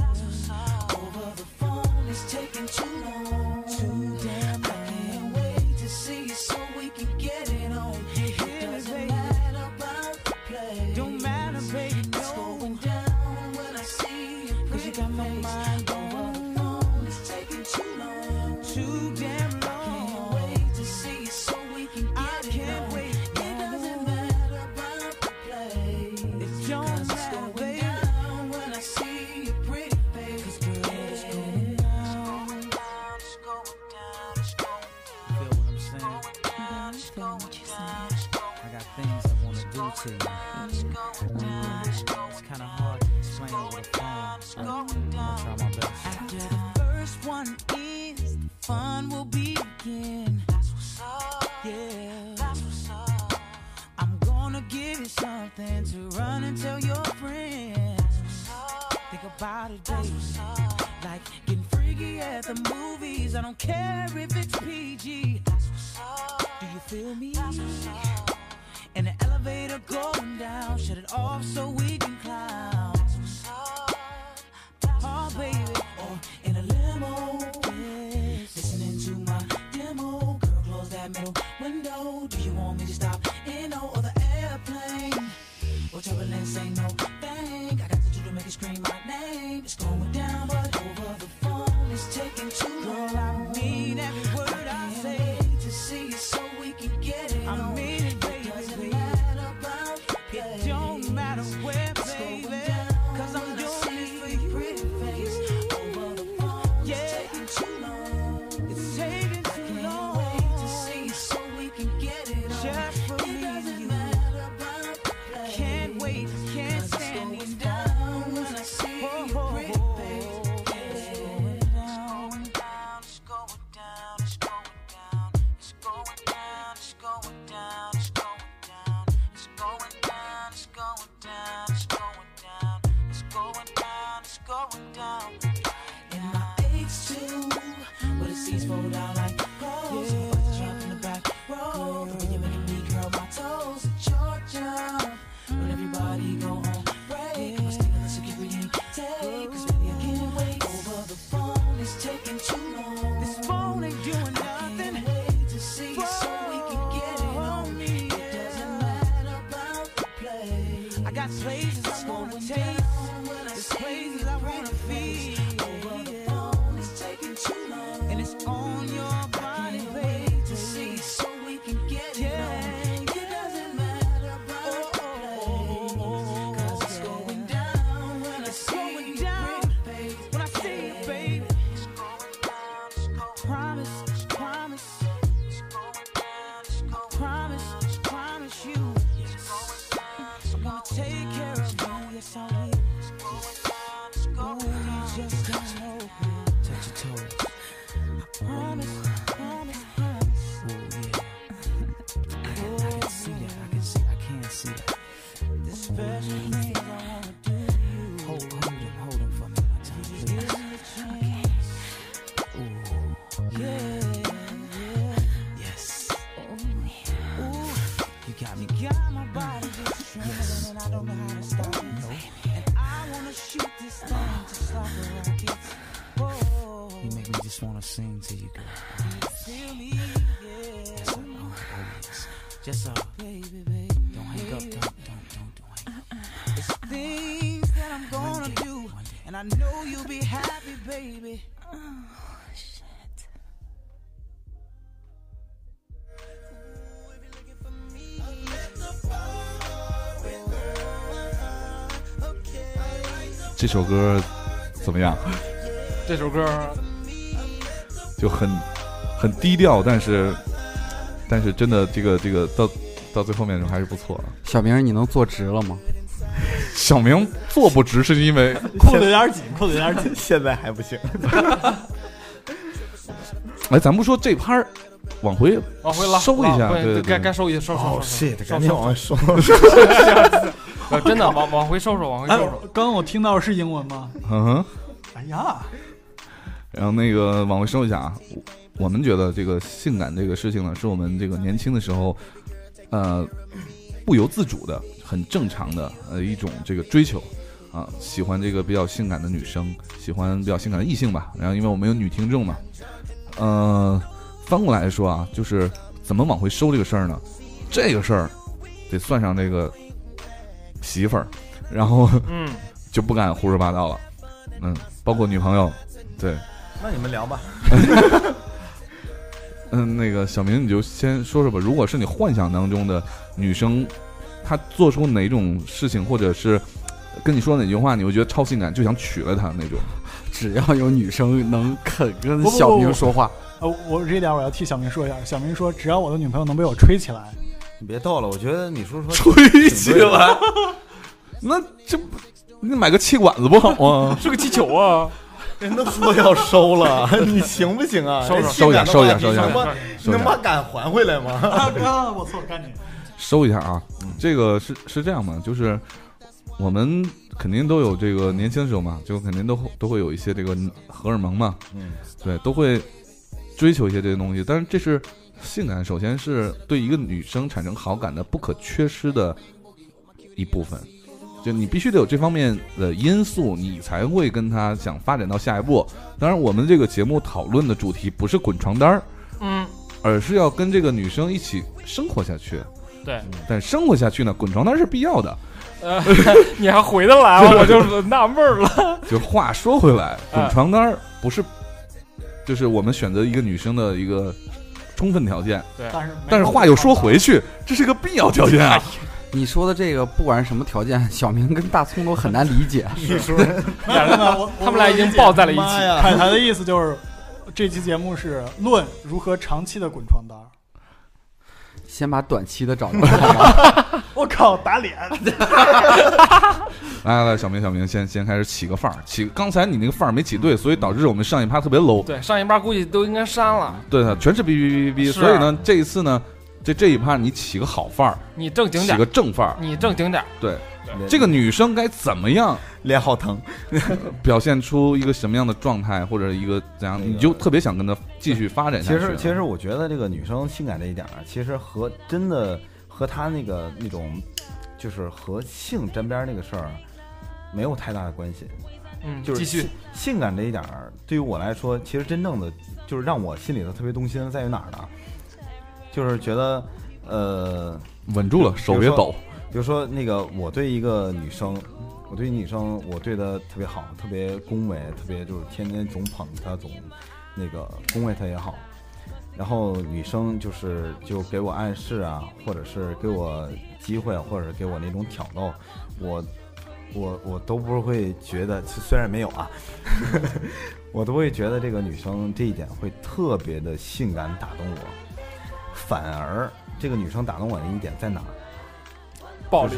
Over the phone, it's taking too long. Too damn long. I can't wait to see you so we can get it on. It doesn't matter about the play. Don't matter, baby. It's going down when I see you. Cause you got my mind over the phone. It's taking too long. Too damn long. I can't wait to see you so we can get I it can't on. Wait. It doesn't matter about the play. It don't Cause it's going down when I see you pretty face. Cause girl, it's going down. It's going down, it's going down, it's going down. Feel what I'm saying? It's going down, it's going down, it's going I got things I wanna do to you. down, it's going down, it's going It's kinda hard to explain over the phone. It's going I'll try down. my best. After the first one is, the fun will begin. That's what's up. Yeah. That's what's up. I'm gonna give you something to run and tell your friends. Think about it, baby. Like getting freaky at the movies. I don't care if it's PG. Do you feel me? In the elevator going down, shut it off so we can climb. Oh, baby, or in a limo, yeah. listening to my demo. Girl, close that middle window. Do you want me to stop in no other airplane? Well, turbulence ain't no thing. I got to do to make it scream my name. It's going down, but over the phone, it's taking too long. Girl, I mean every word I, can't say. Wait to see you so we can get it. I mean it, baby. doesn't matter about the play. It don't matter where, it's baby. Going down Cause I'm doing this for you. Pretty face. Over the phone, it's taking too long. It's taking too I can't long. Wait to see you so we can get it on. Just for it me doesn't you. matter about the play. Can't wait, can't stand these down when I see you pretty face. It's going down, down, it's going down, it's going down, it's going down, it's going down, it's going down, it's going down, it's going down, it's going down, it's going down, it's going down. And my H two, but it sees fold out like clothes. Yeah. Drop in the back row, the way you making me curl my toes. Georgia, when everybody go on break, I'm stealing the security take. Cause baby, I can't wait. Over the phone, it's taking too long. This phone ain't doing nothing. I can't wait to see you so we can get it on. It doesn't matter about the play. I got places I wanna take. There's places I wanna be. Over the phone, it's taking too long. And it's on your body, baby. To see you so we can get it on. It doesn't matter about the oh, play. 'Cause it's going down when I see you, baby. When I see you, baby. Promise, promise. Promise, promise you. Yes. I'm gonna take care of you. Yes, I will. Oh, you just don't know. Touch your toes. Promise, promise, promise. Oh yeah. I can see that. I can see. I can see that. This special thing I wanna do to you. Hold, hold him, hold him for me one time, If you please. give me a chance. Yeah, Yes. yeah. Ooh. You got me. You got my body just trembling and I don't know how to stop it. And I wanna shoot this thing just like a rocket. Whoa, You make me just wanna sing to you, girl. feel me, yeah, That's all. Oh, oh, yes. Just uh, baby, baby. don't hang up. Don't, don't, don't, don't hang up. Things that I'm gonna do, One day. and I know you'll be happy, baby. 这首歌怎么样？这首歌就很很低调，但是但是真的这个这个到到最后面的时候还是不错的。小明，你能坐直了吗？小明坐 *laughs* 不直是因为裤子有点紧，裤子有点紧。现在还不行。哎，咱不说这拍儿，往回往回拉，收一下拉对对对该对该收一收哦收收收， shit！赶紧往外说。呃真的往往回收收，往回哎，收我收。刚刚我听到是英文吗？嗯哼。哎呀，然后那个往回收一下啊，我我们觉得这个性感这个事情呢，是我们这个年轻的时候，呃，不由自主的，很正常的呃一种这个追求。啊，喜欢这个比较性感的女生，喜欢比较性感的异性吧。然后，因为我们有女听众嘛，呃，翻过来说啊，就是怎么往回收这个事儿呢？这个事儿得算上这个媳妇儿，然后嗯， *laughs* 就不敢胡说八道了。嗯，包括女朋友，对，那你们聊吧。嗯，那个小明，你就先说说吧。如果是你幻想当中的女生，她做出哪种事情，或者是跟你说哪句话，你会觉得超性感，就想娶了她那种。只要有女生能肯跟不不小不明说话，呃，我这点我要替小明说一下。小明说，只要我的女朋友能被我吹起来，你别逗了，我觉得你叔说吹起来，那这不你买个气管子不好吗？是个气球啊，人都说要收了， *laughs* 你行不行啊？收收收一下，收一下，收一你下他，嗯妈收你一他妈下，敢还回来吗？啊，啊我错，该你。收一下啊！这个是是这样嘛，就是我们肯定都有这个年轻的时候嘛，就肯定都都会有一些这个荷尔蒙嘛，嗯，对，都会追求一些这些东西。但是这是性感，首先是对一个女生产生好感的不可缺失的一部分。就你必须得有这方面的因素，你才会跟她想发展到下一步。当然，我们这个节目讨论的主题不是滚床单儿，嗯，而是要跟这个女生一起生活下去。对，但生活下去呢，滚床单是必要的。呃， *laughs* 你还回得来吗？我就纳闷儿了。就话说回来，滚嗯啊床单儿不是，就是我们选择一个女生的一个充分条件，但是没但是话又说回去，这是个必要条件啊。你说的这个不管是什么条件，小明跟大葱都很难理解。你叔没有，没有我他们俩已经抱在了一妈起，呀！凯台的意思就是，这期节目是论如何长期的滚床单儿。 *laughs* 先把短期的找着，然后我靠，打脸！哎来来来，小明小明，先先开始起个范儿，起刚才你那个范儿没起对，所以导致我们上一趴特别 low。对，上一趴估计都应该删了。对的，全是哔哔哔哔哔。啊是所以呢，这一次呢，这这一趴你起个好范儿，你正经起点个儿，正范儿。你正经点儿，对，这个女生该怎么样脸好疼，表现出一个什么样的状态，或者一个怎样，那个你就特别想跟她继续发展其下去。啊实，其实我觉得这个女生性感这一点儿，啊其实和真的和她那个那种，就是和性沾边儿那个事儿，啊没有太大的关系。嗯，就是继续性，性感这一点儿，对于我来说，其实真正的就是让我心里头特别动心的在于哪儿呢？就是觉得，呃，稳住了，手别抖。比如说那个我对一个女生，我对女生我对她特别好，特别恭维，特别就是天天总捧她，总那个恭维她也好。然后女生就是就给我暗示啊，或者是给我机会，或者给我那种挑逗，我我我都不会觉得，虽然没有啊，我都会觉得这个女生这一点会特别的性感打动我。反而这个女生打动我的一点在哪儿？暴力就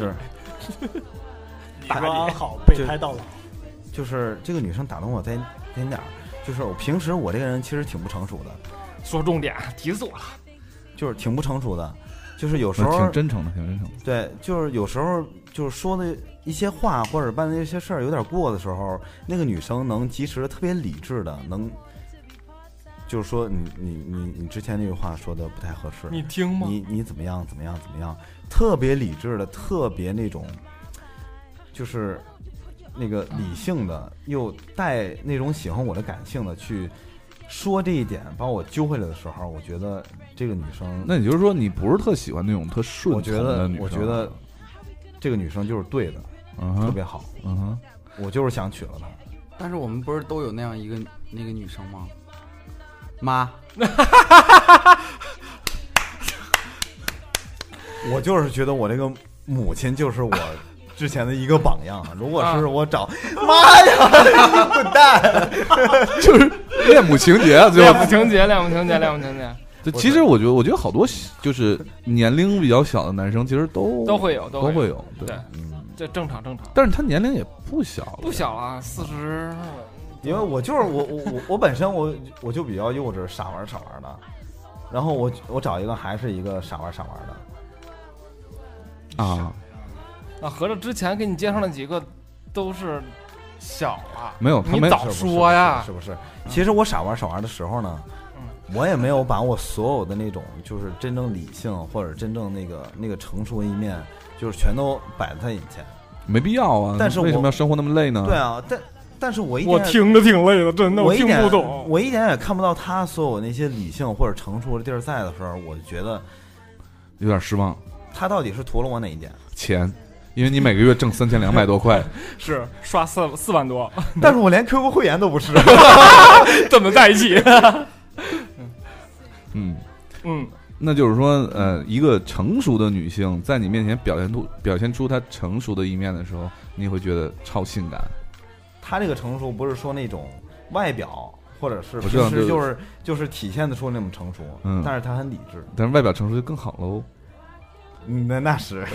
是你打说脸安好备胎到老，就是这个女生打动我在在哪儿？就是我平时我这个人其实挺不成熟的，说重点，急死我 *laughs* 了。就是挺不成熟的，就是有时候嗯挺真诚的，挺真诚的。对，就是有时候就是说的一些话或者办的一些事儿有点过的时候，那个女生能及时的特别理智的能，就是说你你你你之前那句话说的不太合适，你听吗？你你怎么样怎么样怎么样，特别理智的，特别那种，就是那个理性的，又带那种喜欢我的感性的去说这一点，把我揪回来的时候，我觉得这个女生，那也就是说，你不是特喜欢那种特顺我觉从的得女生？啊我觉得这个女生就是对的，嗯特哼，别好，嗯哼，我就是想娶了她。 *laughs* 但是我们不是都有那样一个那个女生吗？妈，我就是觉得我这个母亲就是我之前的一个榜样。啊如果啊是我找，妈呀，你滚蛋！ *laughs* 就是恋母情节啊，最恋后母。情节，恋母情节，恋母情节这其实我觉得，我觉得好多就是年龄比较小的男生，其实都都会有，都会会有。有，对对。嗯这正常正常，但是他年龄也不小了，不小了，四十。因为我就是我我我我本身我我就比较幼稚，傻玩儿傻玩儿的，然后我我找一个还是一个傻玩儿傻玩儿的，啊，那合着之前给你介绍那几个都是小了，没有，他你没早是不是说呀！是不是？其实我傻玩儿傻玩儿的时候呢嗯，我也没有把我所有的那种就是真正理性或者真正那个那个成熟的一面，就是全都摆在他眼前。没必要啊。但是我为什么要生活那么累呢？对啊，但但是我一嗯我点听着挺累的，真的，我一听点不懂。我一点也看不到他所有那些理性或者成熟的地儿在的时候，我就觉得有点失望。他到底是图了我哪一 *laughs* 点？钱，因为你每个月挣三千两百多块，是刷四四万多，但是我连 QQ 会员都不是，怎么在一 *laughs* 起？嗯，嗯，那就是说，呃，一个成熟的女性在你面前表现出表现出她成熟的一面的时候，你会觉得超性感。他这个成熟不是说那种外表，或者是我知道平时这就个是就是体现得出那种成熟，嗯但是他很理智。但是外表成熟就更好喽。嗯，那 *laughs* 那是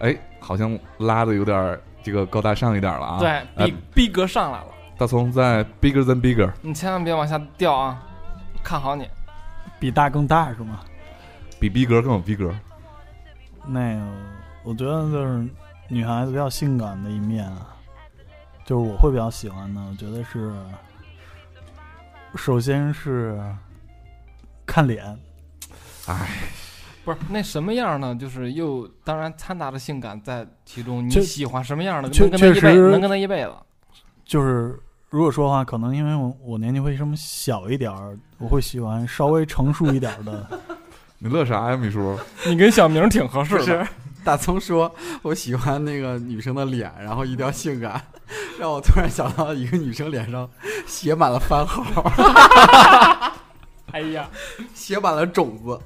哎，好像拉的有点儿这个高大上一点儿了啊。对，逼逼格上来了，大葱在 bigger than bigger，你千万别往下掉啊！看好你，比大更大是吗？比逼格更有逼格。那个，我觉得就是女孩子比较性感的一面啊，就是我会比较喜欢的，我觉得是，首先是看脸，不是那什么样呢？就是又当然掺杂着性感在其中，你确喜欢什么样的？确能跟他一确辈实能跟他一辈子。就是如果说的话，可能因为我我年纪会这么小一点儿，我会喜欢稍微成熟一点儿的。你乐啥呀，秘书？ *laughs* 你跟小明挺合适的，大葱说：“我喜欢那个女生的脸，然后一定要性感。”让我突然想到一个女生脸上写满了番号，哎呀，写满了种子。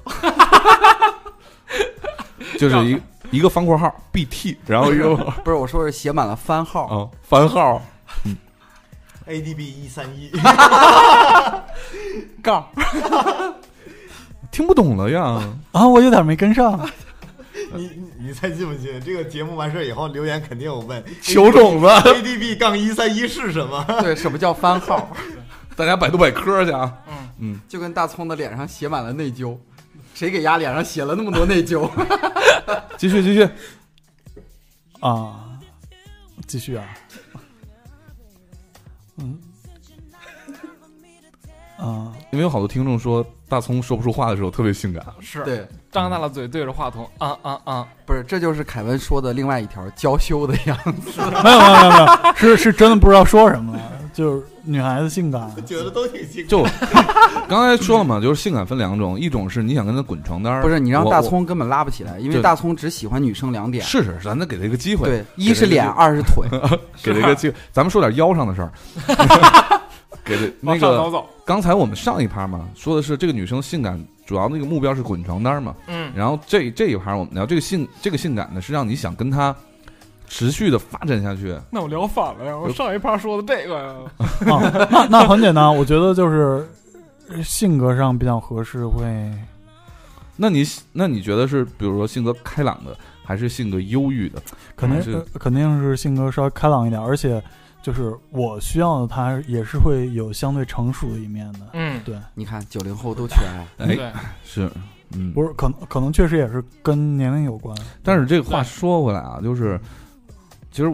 就是 *laughs* 一一个方括号 BT，然后一个不是，我说是写满了番号。啊番号 ADB 一三 *laughs* 一，杠，听不懂了呀。 *laughs* 啊，我有点没跟上，你你你猜信不信？这个节目完事儿以后留言肯定有 *laughs* 问 *laughs* 求种子， ADB 杠一三一是什么？ *laughs* 对，什么叫番号？大家百度百科去啊。就跟大葱的脸上写满了内疚。谁给丫脸上写了那么多内疚？ *laughs* 继续继续，啊，继续啊，嗯，啊，因为有好多听众说大葱说不出话的时候特别性感。是对，张大了嘴对着话筒，啊啊啊！不是，这就是凯文说的另外一条娇羞的样子。没有没有没有没有，是是真的不知道说什么了，就是女孩子 *laughs* 性感，觉得都挺奇怪。就刚才说了嘛，就是性感分两种，一种是你想跟他滚床单儿，不是你让我大葱根本拉不起来，因为对大葱只喜欢女生两我点。是是，咱得给他一个机会，对，一是脸，二是腿。 *laughs* 给他一个机会。咱们说点腰上的事儿，给他那往上走个走，刚才我们上一趴嘛，说的是这个女生性感，主要那个目标是滚床单儿嘛。嗯，然后这这一盘我们聊这个性这个性感呢，是让你想跟他持续的发展下去。那我聊反了呀！我上一趴说的这个呀，啊，那那很简单，我觉得就是呃性格上比较合适，会那你那你觉得是，比如说性格开朗的，还是性格忧郁的？肯定还是呃肯定是性格稍微开朗一点，而且就是我需要的她也是会有相对成熟的一面的，嗯，对，你看九零后都缺爱。哎，对，是，嗯，不是可能可能确实也是跟年龄有关，但是这个话对说回来啊，就是其实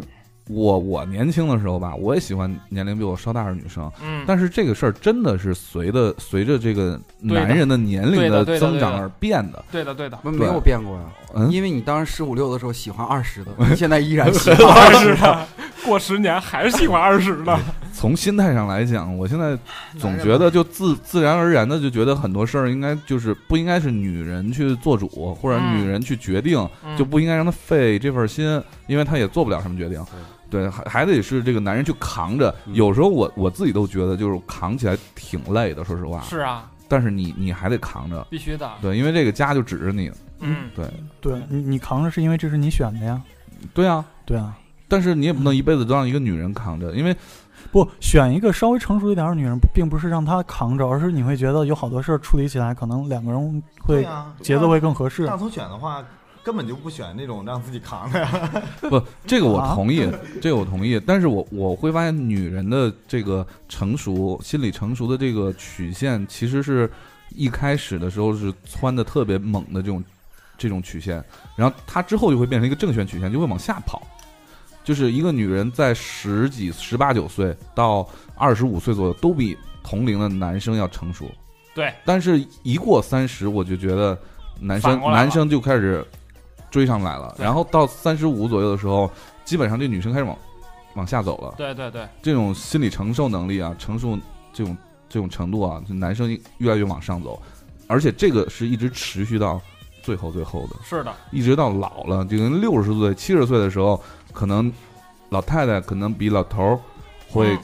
我我年轻的时候吧，我也喜欢年龄比我稍大的女生，嗯，但是这个事儿真的是随着随着这个对的男人的年龄对的对的增对长的而变的。对的对的，没没有变过呀、嗯因为你当时十五六的时候喜欢二十的，你现在依然 *laughs* 喜欢二十的。的， *laughs* 过十年还是喜欢二十的，从心态上来讲，我现在总觉得就自自然而然的就觉得很多事儿应该就是不应该是女人去做主，或者嗯女人去决定，就不应该让她费这份心，因为她也做不了什么决定。对，还还得是这个男人去扛着。嗯有时候我我自己都觉得就是扛起来挺累的，说实话。是啊，但是你你还得扛着，必须的，对，因为这个家就指着你。嗯，对，对你你扛着是因为这是你选的呀，对啊，对啊，但是你也不能一辈子都让一个女人扛着，因为不选一个稍微成熟一点的女人，并不是让她扛着，而是你会觉得有好多事儿处理起来，可能两个人会呀，节奏会更合适啊大。葱选的话，根本就不选那种让自己扛的呀。 *laughs* 不，这个我啊同意，这个我同意。但是我我会发现，女人的这个成熟、心理成熟的这个曲线，其实是一开始的时候是窜的特别猛的这种这种曲线，然后她之后就会变成一个正弦曲线，就会往下跑。就是一个女人在十几、十八九岁到二十五岁左右，都比同龄的男生要成熟。对，但是一过三十，我就觉得男生反过来了男生就开始追上来了，对然后到三十五左右的时候，基本上这女生开始往往下走了。对对对，这种心理承受能力啊，承受这种这种程度啊，就男生越来越往上走，而且这个是一直持续到最后最后的， *laughs* 是的，一直到老了，就跟六十岁、七十岁的时候，可能老太太可能比老头儿会嗯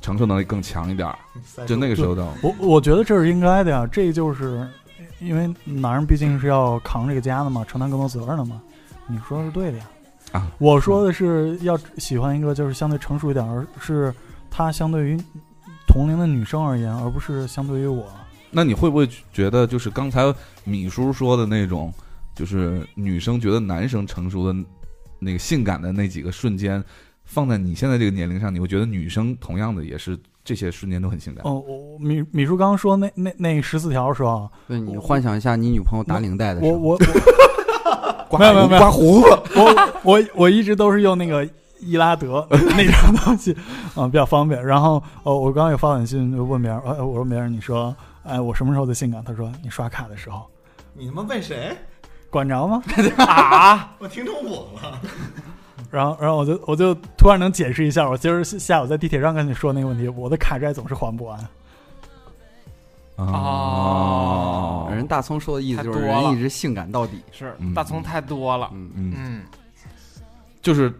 承受能力更强一点儿，哎三就那个时候到。我我觉得这是应该的呀，这就是因为男人毕竟是要扛这个家的嘛，承担更多责任的嘛。你说的是对的呀。啊我说的是要喜欢一个就是相对成熟一点，而是她相对于同龄的女生而言，而不是相对于我。那你会不会觉得，就是刚才米叔说的那种，就是女生觉得男生成熟的那个性感的那几个瞬间，放在你现在这个年龄上，你会觉得女生同样的也是这些瞬间都很性感？哦，我米米叔刚刚说那那那十四条的时候，对你幻想一下你女朋友打领带的时我候，我刮哦没有没有没有刮胡子，我我我一直都是用那个易拉德那种东西，嗯，比较方便。然后呃，我刚刚有发短信就问别人，呃，我说别人，你说，哎，我什么时候最性感？他说你刷卡的时候，你他妈问谁？管着吗？我听成我了。然后然后我就我就突然能解释一下，我今儿下午在地铁上跟你说那个问题，我的卡债总是还不完。啊哦人大葱说的意思就是太多了人一直性感到底。是嗯大葱太多了，嗯，嗯，嗯，就是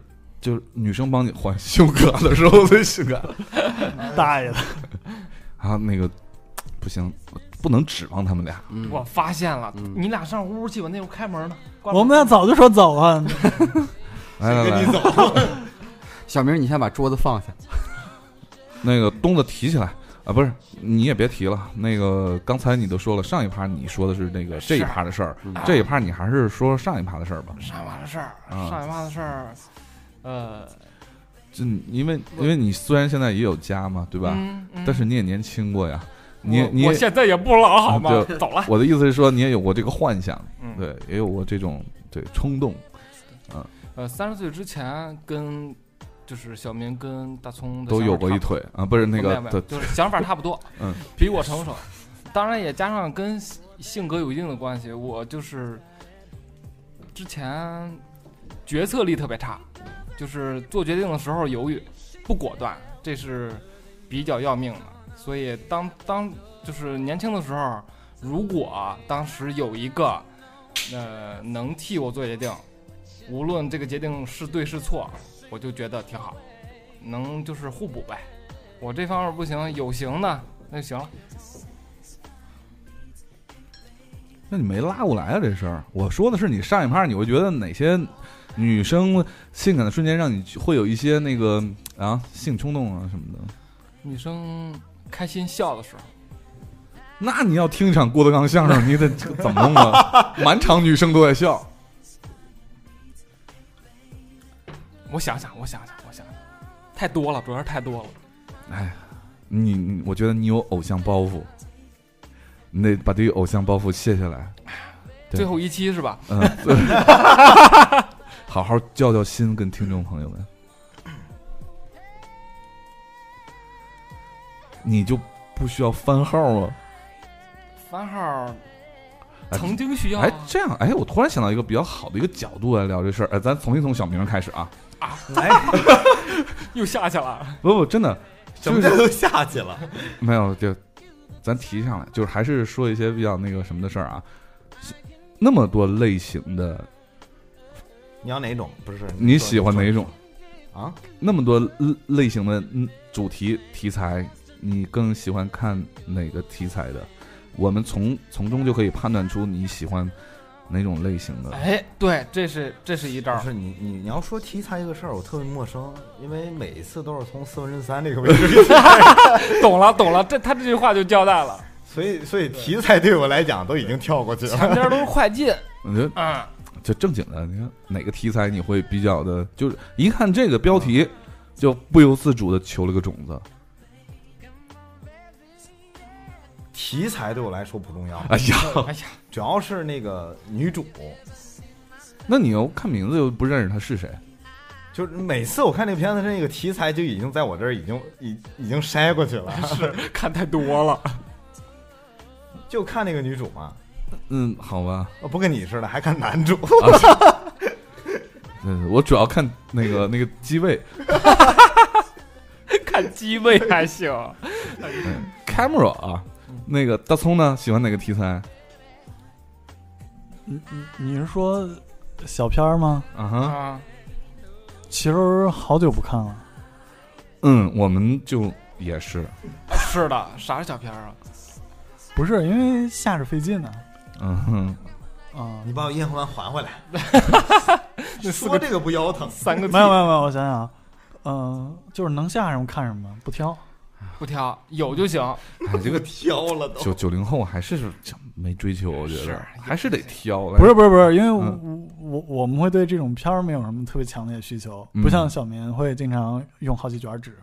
就是女生帮你换胸卡的时候最性 *laughs* 感大爷的，啊，那个不行，我不能指望他们俩。嗯我发现了，嗯你俩上屋去吧，那屋开门呢，关门我们俩早就说走啊，来来跟来，你走，小明，你先把桌子放下。那个东子提起来啊，不是你也别提了。那个刚才你都说了，上一趴你说的是那个这一啊趴的事儿，嗯这一趴你还是说上一趴的事儿吧。上一趴的事儿，啊上一趴的事儿，呃，就你因为因为你虽然现在也有家嘛，对吧？嗯，嗯但是你也年轻过呀，你也我你我也现在也不老好吗啊？走了，我的意思是说，你也有过这个幻想，嗯，对，也有过这种对冲动。呃，三十岁之前跟就是小明跟大葱的都想法有过差一不多嗯腿啊，不是那没个有没有的，就是想法差不多， *laughs* 嗯，比我成熟，当然也加上跟性性格有一定的关系。我就是之前决策力特别差，就是做决定的时候犹豫，不果断，这是比较要命的。所以当当就是年轻的时候，如果当时有一个呃能替我做决定，无论这个决定是对是错，我就觉得挺好，能就是互补呗。我这方面不行，有行的那就行了。那你没拉过来啊这事儿。我说的是你上一趴，你会觉得哪些女生性感的瞬间让你会有一些那个啊性冲动啊什么的？女生开心笑的时候，那你要听一场郭德纲相声，你得这个怎么弄啊？满场女生都在笑，我想想，我想想，我想想，太多了，主要是太多了。哎，你你我觉得你有偶像包袱，你得把这个偶像包袱卸下来，对最后一期是吧？嗯， *laughs* 好好叫叫心跟听众朋友们，你就不需要番号啊？番号哎曾经需要哎，啊这样，哎，我突然想到一个比较好的一个角度来聊这事儿，哎，咱重新从小明开始啊，又下去了。不不，*laughs* 真的什就么是都下去了。没有就咱提上来，就是还是说一些比较那个什么的事儿啊，那么多类型的，你要哪种？不是你喜欢哪种？啊？那么多类类型的嗯主题题材，你更喜欢看哪个题材的？我们从从中就可以判断出你喜欢哪种类型的。哎，对，这是这是一招不儿。是你你你要说题材这个事儿，我特别陌生，因为每一次都是从四分之三这个位置， *laughs* 懂了，懂了，这他这句话就交代了。所以所以题材对我来讲都已经跳过去了。前边都是快进，我觉得嗯，就正经的，你看哪个题材你会比较的，就是一看这个标题，就不由自主的求了个种子。题材对我来说不重要，哎呀，哎呀，主要是那个女主，那你又看名字又不认识他是谁，就是每次我看这个片子，那个题材就已经在我这儿已经已已经筛过去了， *laughs* 看太多了。 *laughs* 就看那个女主嘛，嗯，好吧，呃哦不跟你似的，还看男 *laughs* 主，嗯，我主要看那个那个机位看机位还行， camera 啊，那个大葱呢喜欢哪个题材你你你是说小片儿吗？啊？哈，啊，其实好久不看了，嗯，我们就也是，是的，啥是小片儿啊？不是因为下着费劲呢嗯哼，啊。你把我烟花丸还回 *laughs* 来。那四说个这个不腰疼，三 *laughs* 个没有没有没有，我想想啊，嗯、就是能下什么看什么，不挑。不挑，有就行。哎 *laughs* 这个挑了都。九九零后还是没追求，我觉得是还是得挑，不是不是不是，因为我、嗯我我们会对这种片儿没有什么特别强烈的需求，嗯不像小明会经常用好几卷纸。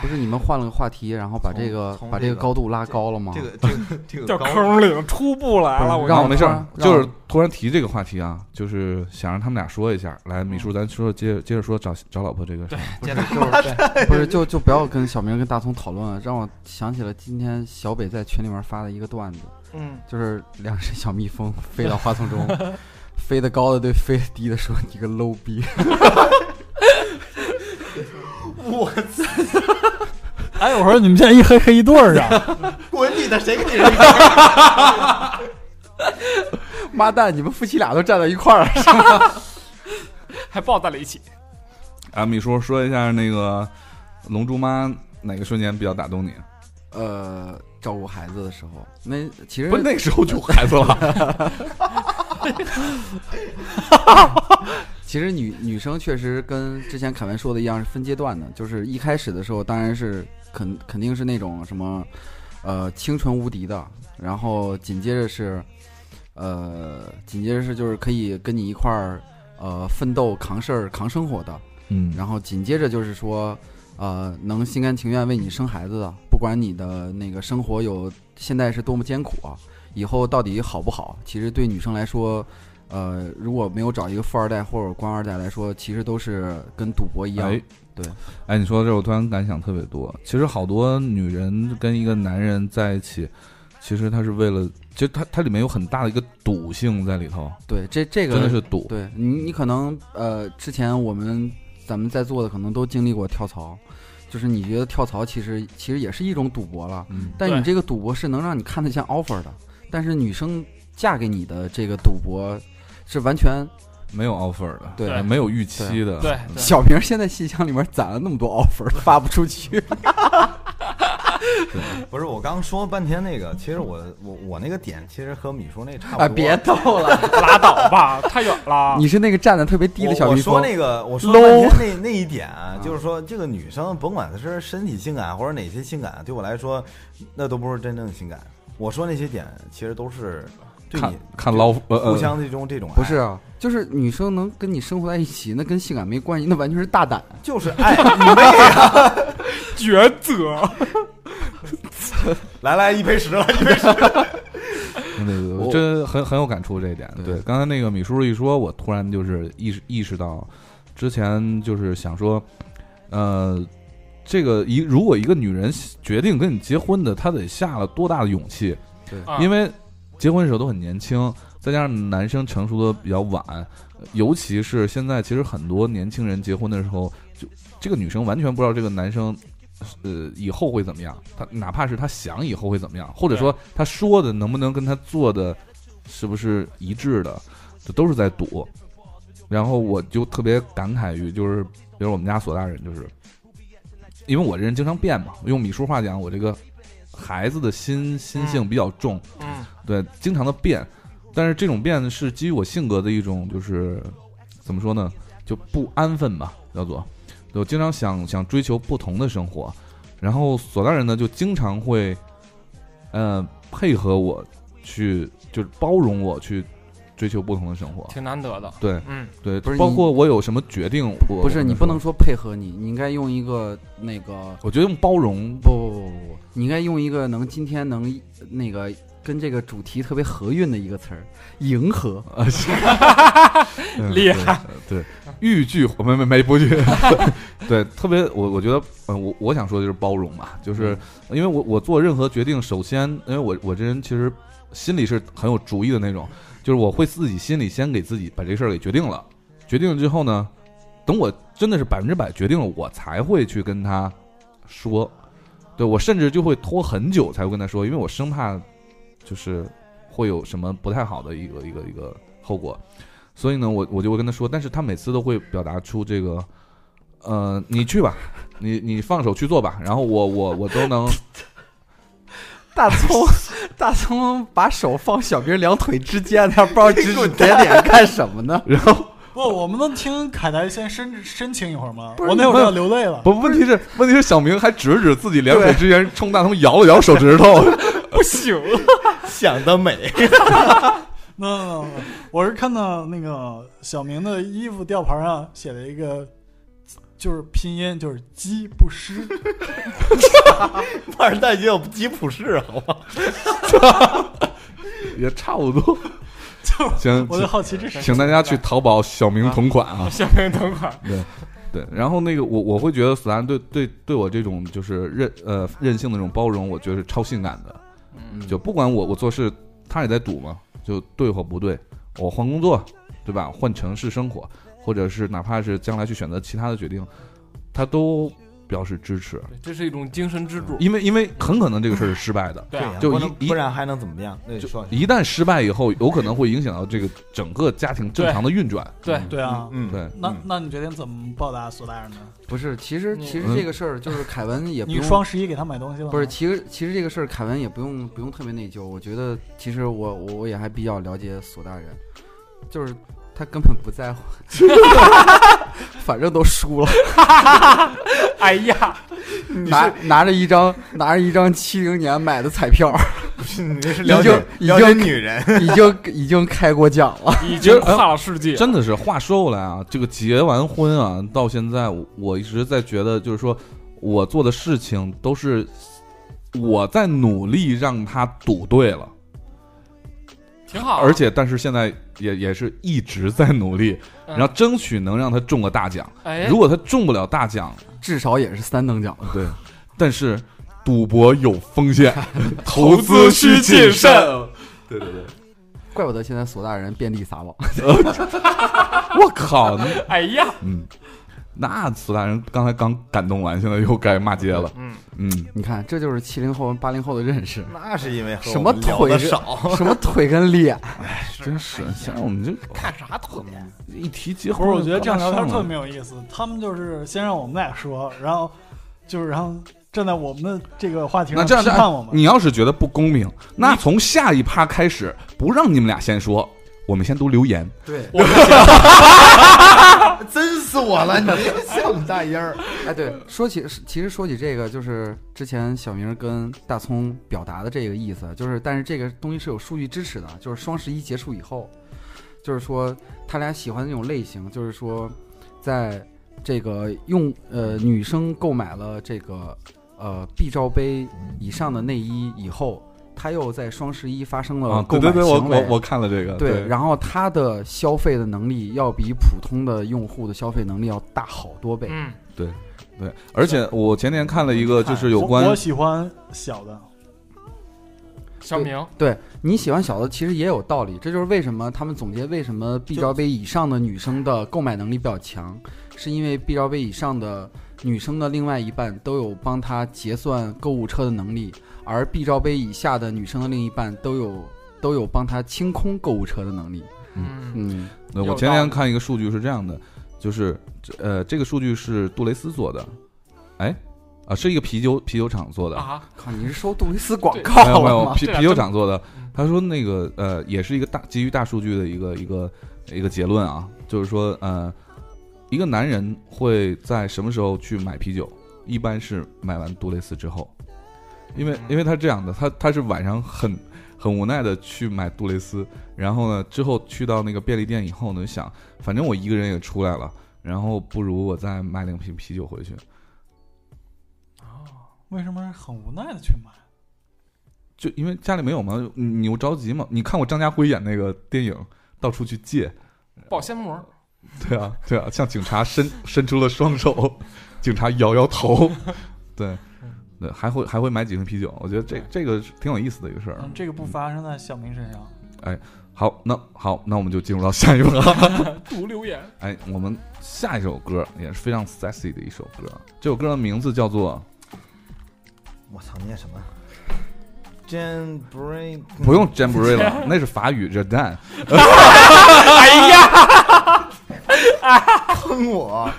不是你们换了个话题，然后把这个从从把这这个个高度拉高了吗？这个这个这个叫高坑岭出不来了，不嗯我是让啊，我没事儿，让就是突然提这个话题啊，就是想让他们俩说一下。来，米叔，咱说接着接着说找找老婆这个事儿。不是就是对不是就就不要跟小明跟大葱讨论了，让我想起了今天小北在群里面发的一个段子，嗯，就是两只小蜜蜂飞到花丛中，飞得高的对飞得低的说：“你个 low 逼哎，我说你们现在一黑黑一对儿啊！滚你的，谁跟你认识？！”妈蛋，你们夫妻俩都站在一块儿了， *laughs* 还抱在了一起。啊，米叔说一下那个《龙珠妈》哪个瞬间比较打动你？啊呃，照顾孩子的时候，那其实不是那个时候就有孩子了， *laughs* 其实女女生确实跟之前凯文说的一样是分阶段的，就是一开始的时候当然是肯肯定是那种什么，呃，清纯无敌的，然后紧接着是，呃，紧接着是就是可以跟你一块儿呃奋斗扛事儿扛生活的，嗯然后紧接着就是说，呃，能心甘情愿为你生孩子的，不管你的那个生活有现在是多么艰苦啊，以后到底好不好，其实对女生来说，呃，如果没有找一个富二代或者官二代来说，其实都是跟赌博一样。哎，对，哎，你说到这儿，我突然感想特别多。其实好多女人跟一个男人在一起，其实她是为了，其实她她里面有很大的一个赌性在里头，对，这这个真的是赌。对你，你可能呃，之前我们咱们在座的可能都经历过跳槽，就是你觉得跳槽其实其实也是一种赌博了。嗯，但你对这个赌博是能让你看得见 offer 的，但是女生嫁给你的这个赌博是完全没有 offer 的，对没有预期 *laughs* 的，对，对小明现在信箱里面攒了那么多 offer 发不出去，不是我刚说半天那个，其实我我我那个点其实和米叔那 *laughs* 差不多。哎，别逗 *laughs* 了，拉倒吧，太远了。你是那个站的特别低的小我我蜜说蜂，那个，我说 Low 半天那那一点啊，就是说这个女生甭管她是身体性感或者哪些性感，对我来说那都不是真正的性感。我说那些点其实都是对看你看捞呃呃互相这种这种爱不是啊，就是女生能跟你生活在一起，那跟性感没关系，那完全是大胆。就是爱你妹啊！抉择， *laughs* 来来一赔十了，一赔十。对对对，我我这很很有感触这一点。对对，刚才那个米叔叔一说，我突然就是意识意识到，之前就是想说，呃，这个一如果一个女人决定跟你结婚的，她得下了多大的勇气？啊因为结婚的时候都很年轻，再加上男生成熟的比较晚，呃尤其是现在，其实很多年轻人结婚的时候，就这个女生完全不知道这个男生。呃，以后会怎么样？他哪怕是他想以后会怎么样，或者说他说的能不能跟他做的是不是一致的，这都是在赌。然后我就特别感慨于，就是比如我们家索大人，就是因为我这人经常变嘛，用米叔话讲，我这个孩子的心心性比较重，嗯，对，经常的变，但是这种变是基于我性格的一种，就是怎么说呢，就不安分吧，叫做，我经常想想追求不同的生活，然后索大人呢就经常会，呃，配合我去，就是包容我去追求不同的生活，挺难得的。对嗯，对，不是包你括我有什么决定，我不是我你说不能，说配合你，你应该用一个那个我觉得用包容，不不不不不，你应该用一个能今天能那个跟这个主题特别合韵的一个词儿，迎合。啊，是 *laughs* 厉害，对，对豫剧没没没不剧， *laughs* 对，特别我我觉得，嗯，我我想说的就是包容嘛，就是嗯因为我我做任何决定，首先因为我我这人其实心里是很有主意的那种，就是我会自己心里先给自己把这事儿给决定了，决定了之后呢，等我真的是百分之百决定了，我才会去跟他说，对我甚至就会拖很久才会跟他说，因为我生怕就是会有什么不太好的一个一个一个后果，所以呢，我我就会跟他说，但是他每次都会表达出这个，呃，你去吧，你你放手去做吧，然后我我我都能，？大葱， *laughs* 大葱把手放小明两腿之间，他不 *laughs* 知道指指点点干什么呢然后不，我们能听凯台先深深情一会儿吗？是我那会儿要流泪了。 *laughs* 不，问题是问题是小明还指了指自己两腿之间，冲大同摇了摇手指 *laughs* 头，不行，想得美， *laughs* no no no，no，我是看到那个小明的衣服吊牌上写了一个，就是拼音，就是“鸡不湿马尔代也有吉普士，好吧？也差不多。行”，，我就好奇这是请大家去淘宝小明同款啊。小明等会儿，对，然后那个我我会觉得死兰对对对我这种就是任呃任性的这种包容，我觉得是超性感的。就不管我我做事，他也在赌嘛，就对或不对。我换工作，对吧？换城市生活，或者是哪怕是将来去选择其他的决定，他都表示支持。这是一种精神支柱。因为因为很可能这个事儿是失败的，对啊，就不一能一不然还能怎么样？那你就说，一旦失败以后，有可能会影响到这个整个家庭正常的运转。对对啊，嗯，对，那嗯那你决定怎么报答索大人呢？不是，其实嗯其实这个事儿就是凯文也不你用双十一给他买东西了吗？不是，其实其实这个事儿，凯文也不用不用特别内疚。我觉得其实我我我也还比较了解索大人，就是他根本不在乎，反正都输了，哎呀，拿拿着一张拿着一张七零年买的彩票，你这是已了解经已了解经女人， *laughs* 已经已经开过奖了。已经跨了世界，真的是，话说回来啊，这个结完婚啊，到现在我我一直在觉得，就是说我做的事情都是我在努力让他赌对了，挺好啊。而且但是现在也也是一直在努力，嗯然后争取能让他中个大奖。哎如，果他中不了大奖，至少也是三等奖。对，但是赌博有风 *laughs* 险，投资需谨慎。对对对，怪不得现在索大人遍地撒网。我靠，那哎呀，嗯，那苏大人刚才刚感动完，现在又该骂街了。嗯，嗯，你看，这就是七零后、八零后的认识那是因为和什我么们聊腿得是少，什么腿跟脸，真是，啊哎现在我们这看啥腿？啊一提结不婚，是，我觉得这样聊天上特别了没有意思。他们就是先让我们俩说，然后就是然后站在我们的这个话题那上这样批这判我样，们。你要是觉得不公平，那从下一趴开始，不让你们俩先说，我们先读留言。对， *laughs* 真死我 *laughs* 了！你这像大烟儿，哎，对，说起其实说起这个，就是之前小明跟大葱表达的这个意思，就是但是这个东西是有数据支持的，就是双十一结束以后，就是说他俩喜欢的那种类型，就是说在这个用呃女生购买了这个呃 B 罩杯以上的内衣以后，他又在双十一发生了啊，购对买对对，我行为。我我看了这个，对，对，然后他的消费的能力要比普通的用户的消费能力要大好多倍。嗯，对而且我前天看了一个，就是有我关我喜欢小的，小明，对你喜欢小的，其实也有道理，这就是为什么他们总结为什么 B 罩杯以上的女生的购买能力比较强，是因为 B 罩杯以上的女生的另外一半都有帮她结算购物车的能力，而 B 罩杯以下的女生的另一半都有都有帮她清空购物车的能力。嗯，嗯，那有我前道天理看一个数据是这样的，就是这呃，这个数据是杜蕾斯做的，哎，啊，是一个啤酒啤酒厂做的啊，靠，嗯你是收杜蕾斯广对告没有没了有吗？啤这俩啤酒真厂做的嗯，他说那个呃，也是一个大基于大数据的一个一个一个结论啊，就是说呃，一个男人会在什么时候去买啤酒？一般是买完杜蕾斯之后，因嗯为因为他是这样的，他他是晚上很很无奈的去买杜蕾斯，然后呢之后去到那个便利店以后呢，就想反正我一个人也出来了，然后不如我再买两瓶啤酒回去。为什么是很无奈的去买？就因为家里没有嘛，你你又着急嘛。你看过张家辉演那个电影，到处去借，保鲜膜，对啊，对啊，向警察伸伸出了双手，警察摇摇头，对，对，还会还会买几瓶啤酒，我觉得这这个是挺有意思的一个事儿。嗯，这个不发生在小明身上，好，那好，那我们就进入到下一个了。 *laughs* 读留言，哎，我们下一首歌也是非常 sexy 的一首歌，这首歌的名字叫做我操，念什么？Jan Brain 不用 Jamboree 了，那是法语这蛋。坑我，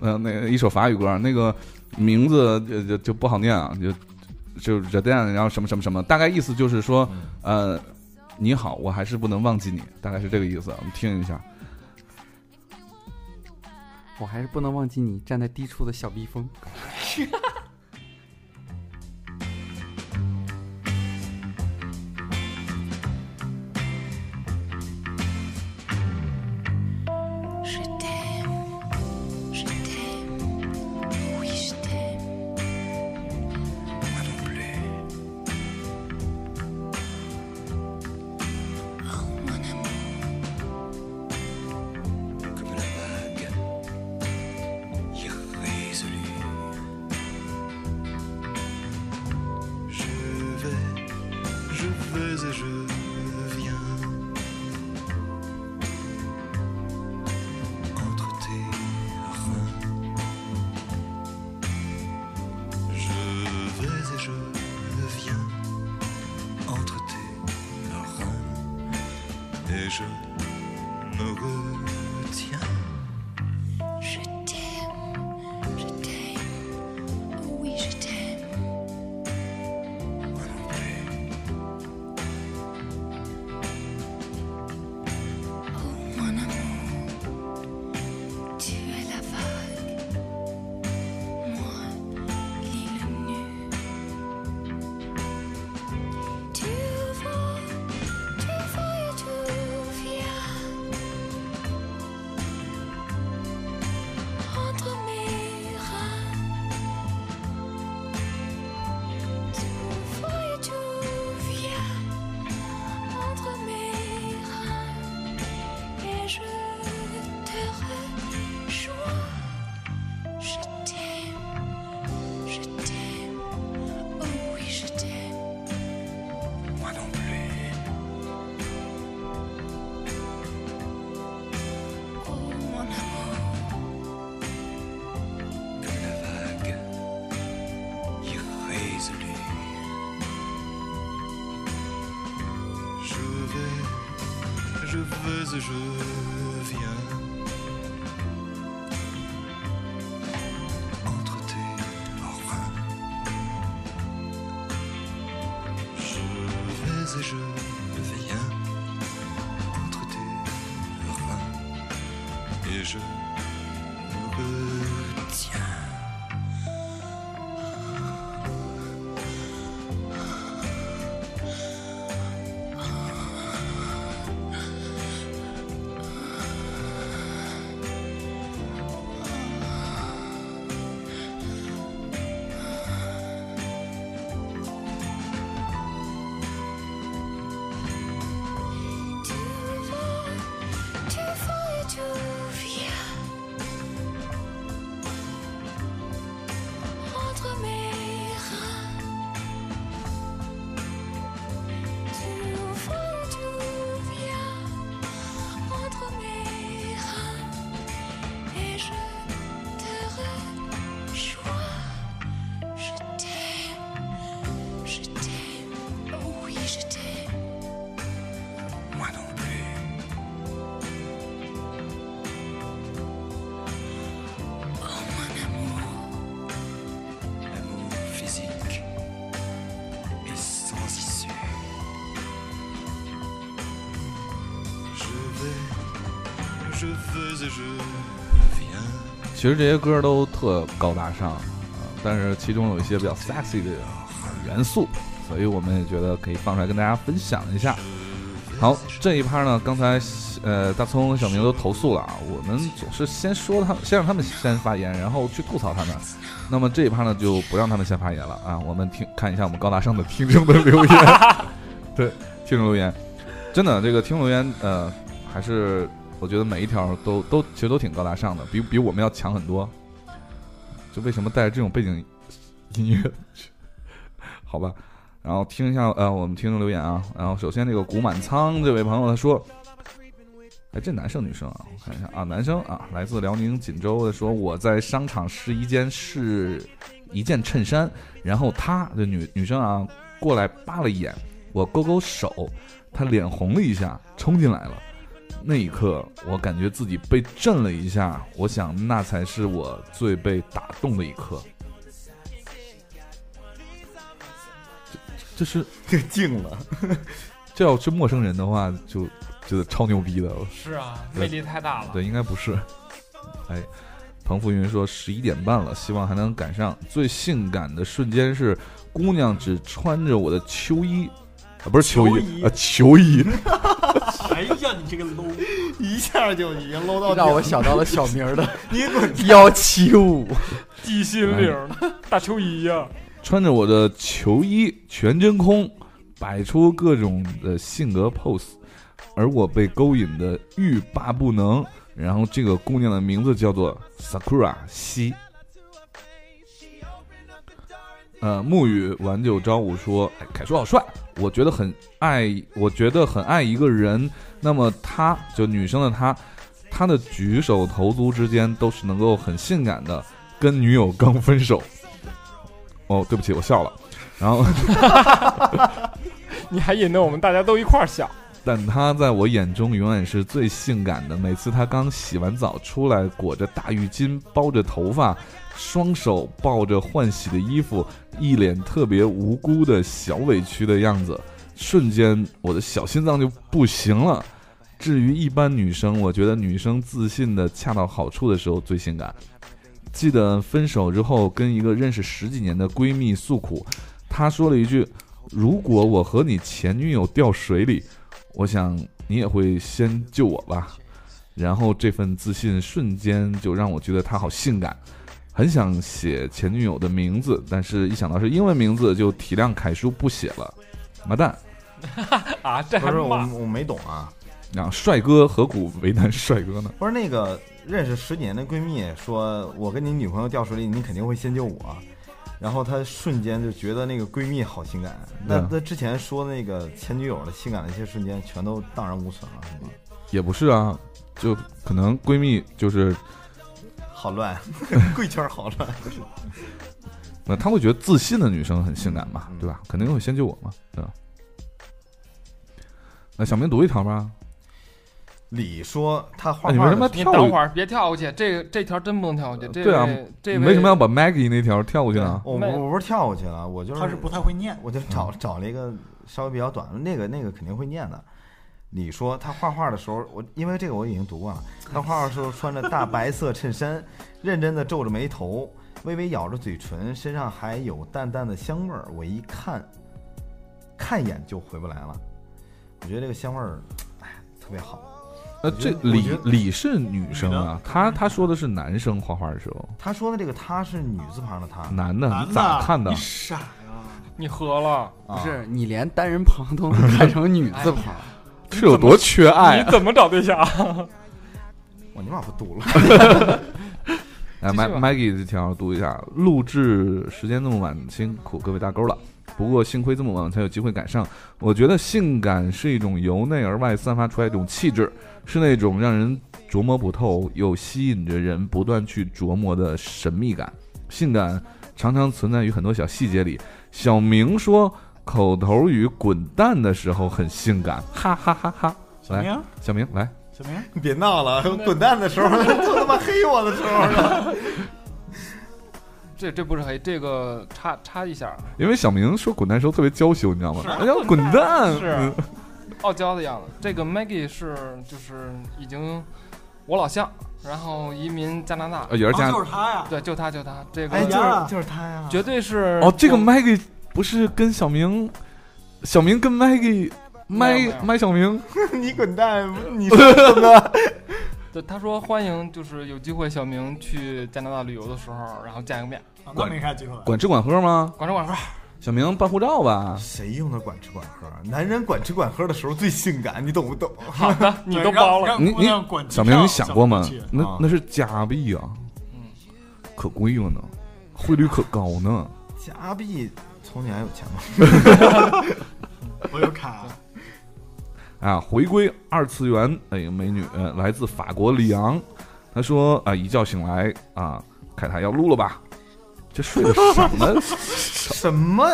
嗯、那一首法语歌，那个名字就就就不好念啊，就就 j a d a n 然后什么什么什么，大概意思就是说，呃，你好，我还是不能忘记你，大概是这个意思。啊我们听一下，我还是不能忘记你站在低处的小蜜 *laughs* 蜂。 Je t'aime, je t'aime, oui je t'aime. Moi non plus. Oh mon amour, comme la vague irrésolue. Je vais, je vais et je viens. entre tes reins. Je vais et je viens entre tes reins et je me retiens. Je t'aime, je t'aime, oui je t'aime. Moi non plus, Oh mon amour, tu es la vague, moi l'île nue. Tu vas, tu vas et tu viens entre mes reins. Tu vas et tu viens entre mes reins. Et je te rejoins, je t'aime, je t'aime, oh oui je t'aime, moi non plus. oh mon amour, Comme la vague irrésolue. Je vais, je vais et je viens. Entre tes reins. Je vais et je viens. Entre tes reins. Et je me retiens. tu vas, tu vas et tu viens entre mes reins, tu vas et tu viens entre mes reins et je te rejoins, je t'aime, je t'aime, oh oui je t'aime. Moi non plus. Oh mon amour, L'amour physique est sans issue. Je vais, je veux et je viens. 其实这些歌都特高大上，啊，但是其中有一些比较 sexy 的元素，所以我们也觉得可以放出来跟大家分享一下。好，这一趴呢，刚才呃大葱和小明都投诉了啊，我们总是先说他们，先让他们先发言，然后去吐槽他们。那么这一趴呢，就不让他们先发言了啊，我们听看一下我们高大上的听众的留言。 *laughs* 对，听众留言，真的这个听众留言呃还是我觉得每一条都都其实都挺高大上的，比比我们要强很多。就为什么带着这种背景音乐去？好吧，然后听一下呃我们听众留言啊，然后首先这个古满仓这位朋友他说。哎，这男生女生啊？我看一下啊，男生啊，来自辽宁锦州的说，我在商场试衣间试一件衬衫，然后她这女女生啊过来扒了一眼，我勾勾手，她脸红了一下，冲进来了。那一刻，我感觉自己被震了一下，我想那才是我最被打动的一刻。这这是这静了，这要是陌生人的话，就觉得超牛逼的。是啊，对魅力太大了。对，应该不是。哎，彭福云说十一点半了，希望还能赶上。最性感的瞬间是姑娘只穿着我的秋衣，啊，不是秋衣，啊，球衣。哎呀，你这个 *laughs* low，一下就已经 low 到让我想到了小明儿的你滚蛋 *laughs* 幺七五，地心领儿，大秋衣呀、穿着我的球衣，全真空，摆出各种的性格 pose，而我被勾引的欲罢不能。然后这个姑娘的名字叫做 Sakura 西。呃，沐雨晚九朝五说，哎，凯叔好帅，我觉得很爱，我觉得很爱一个人。那么她就女生的她，她的举手投足之间都是能够很性感的。跟女友刚分手，哦，对不起，我笑了。然后，你还引得我们大家都一块儿笑。但她在我眼中永远是最性感的。每次她刚洗完澡出来，裹着大浴巾，包着头发，双手抱着换洗的衣服，一脸特别无辜的小委屈的样子，瞬间我的小心脏就不行了。至于一般女生，我觉得女生自信的恰到好处的时候最性感。记得分手之后跟一个认识十几年的闺蜜诉苦，她说了一句：“如果我和你前女友掉水里，我想你也会先救我吧。”然后这份自信瞬间就让我觉得她好性感，很想写前女友的名字，但是一想到是英文名字，就体谅凯叔不写了，麻蛋。啊，这不是我我没懂啊，啊，帅哥何苦为难帅哥呢？不是那个认识十几年的闺蜜说，我跟你女朋友掉水里，你肯定会先救我。然后她瞬间就觉得那个闺蜜好性感，对那啊她之前说那个前女友的性感的一些瞬间，全都荡然无存了，是吗？也不是啊，就可能闺蜜就是好乱， *laughs* 贵圈好乱。那他会觉得自信的女生很性感嘛，嗯对吧？肯定会先救我嘛，对吧？那小明读一条吧。李说他画画哎的你时为候，什么要你跳等舞会？儿别跳过去，这个这条真不能跳过去。这对啊位，这你为什么要位把 Maggie 那条跳过去呢？我没我不是跳过去了，我就是他是不太会念，我就找找了一个稍微比较短的，那个那个肯定会念的。你说他画画的时候，我因为这个我已经读过了。他画画的时候穿着大白色衬衫，认真的皱着眉头，微微咬着嘴唇，身上还有淡淡的香味儿。我一看，看一眼就回不来了。我觉得这个香味儿，哎，特别好。呃，我这觉得我李觉得李是女生啊，她她说的是男生画画的时候，他说的这个他是女字旁的他，男的，男你咋啊的看的你？傻呀？你喝了？啊不是你连单人旁都能看成女字旁，是有多缺爱啊你怎么找对 *laughs* 象？我尼玛不读了。 *laughs* 来继续吧 m a g g i e 这条读一下，录制时间那么晚，辛苦各位大勾了。不过幸亏这么晚才有机会赶上。我觉得性感是一种由内而外散发出来的一种气质，是那种让人琢磨不透又吸引着人不断去琢磨的神秘感。性感常常存在于很多小细节里。小明说口头语“滚蛋”的时候很性感，哈哈哈哈。小来，明，小明来，小明，别闹了，滚蛋的时候，就他妈黑我的时候了。这这不是黑，这个插插一下，因为小明说“滚蛋”的时候特别娇羞，你知道吗？哎呀，滚蛋！是傲娇的样子。这个 Maggie 是就是已经我老乡，然后移民加拿大呃，，也是加啊就是他呀，对，就他就他这个、哎，就呀是就是他呀，绝对是哦，这个我 Maggie 不是跟小明，小明跟 Maggie 没有麦没有麦小明， *laughs* 你滚蛋！你说什么？对，他说欢迎，就是有机会小明去加拿大旅游的时候，然后见个面，啊那没啥机会了。管吃管喝吗？管吃管喝，小明办护照吧？谁用的管吃管喝？啊男人管吃管喝的时候最性感，你懂不懂？ *laughs* 好的，你都包了。你你小明，你想过吗？那啊那是加币啊，可贵了呢，汇率可高呢。加币，从前有钱吗？我有卡，啊，回归二次元，哎，美女，呃来自法国里昂，她说啊，一觉醒来啊，凯塔要录了吧？这睡的什么 *laughs* 什么？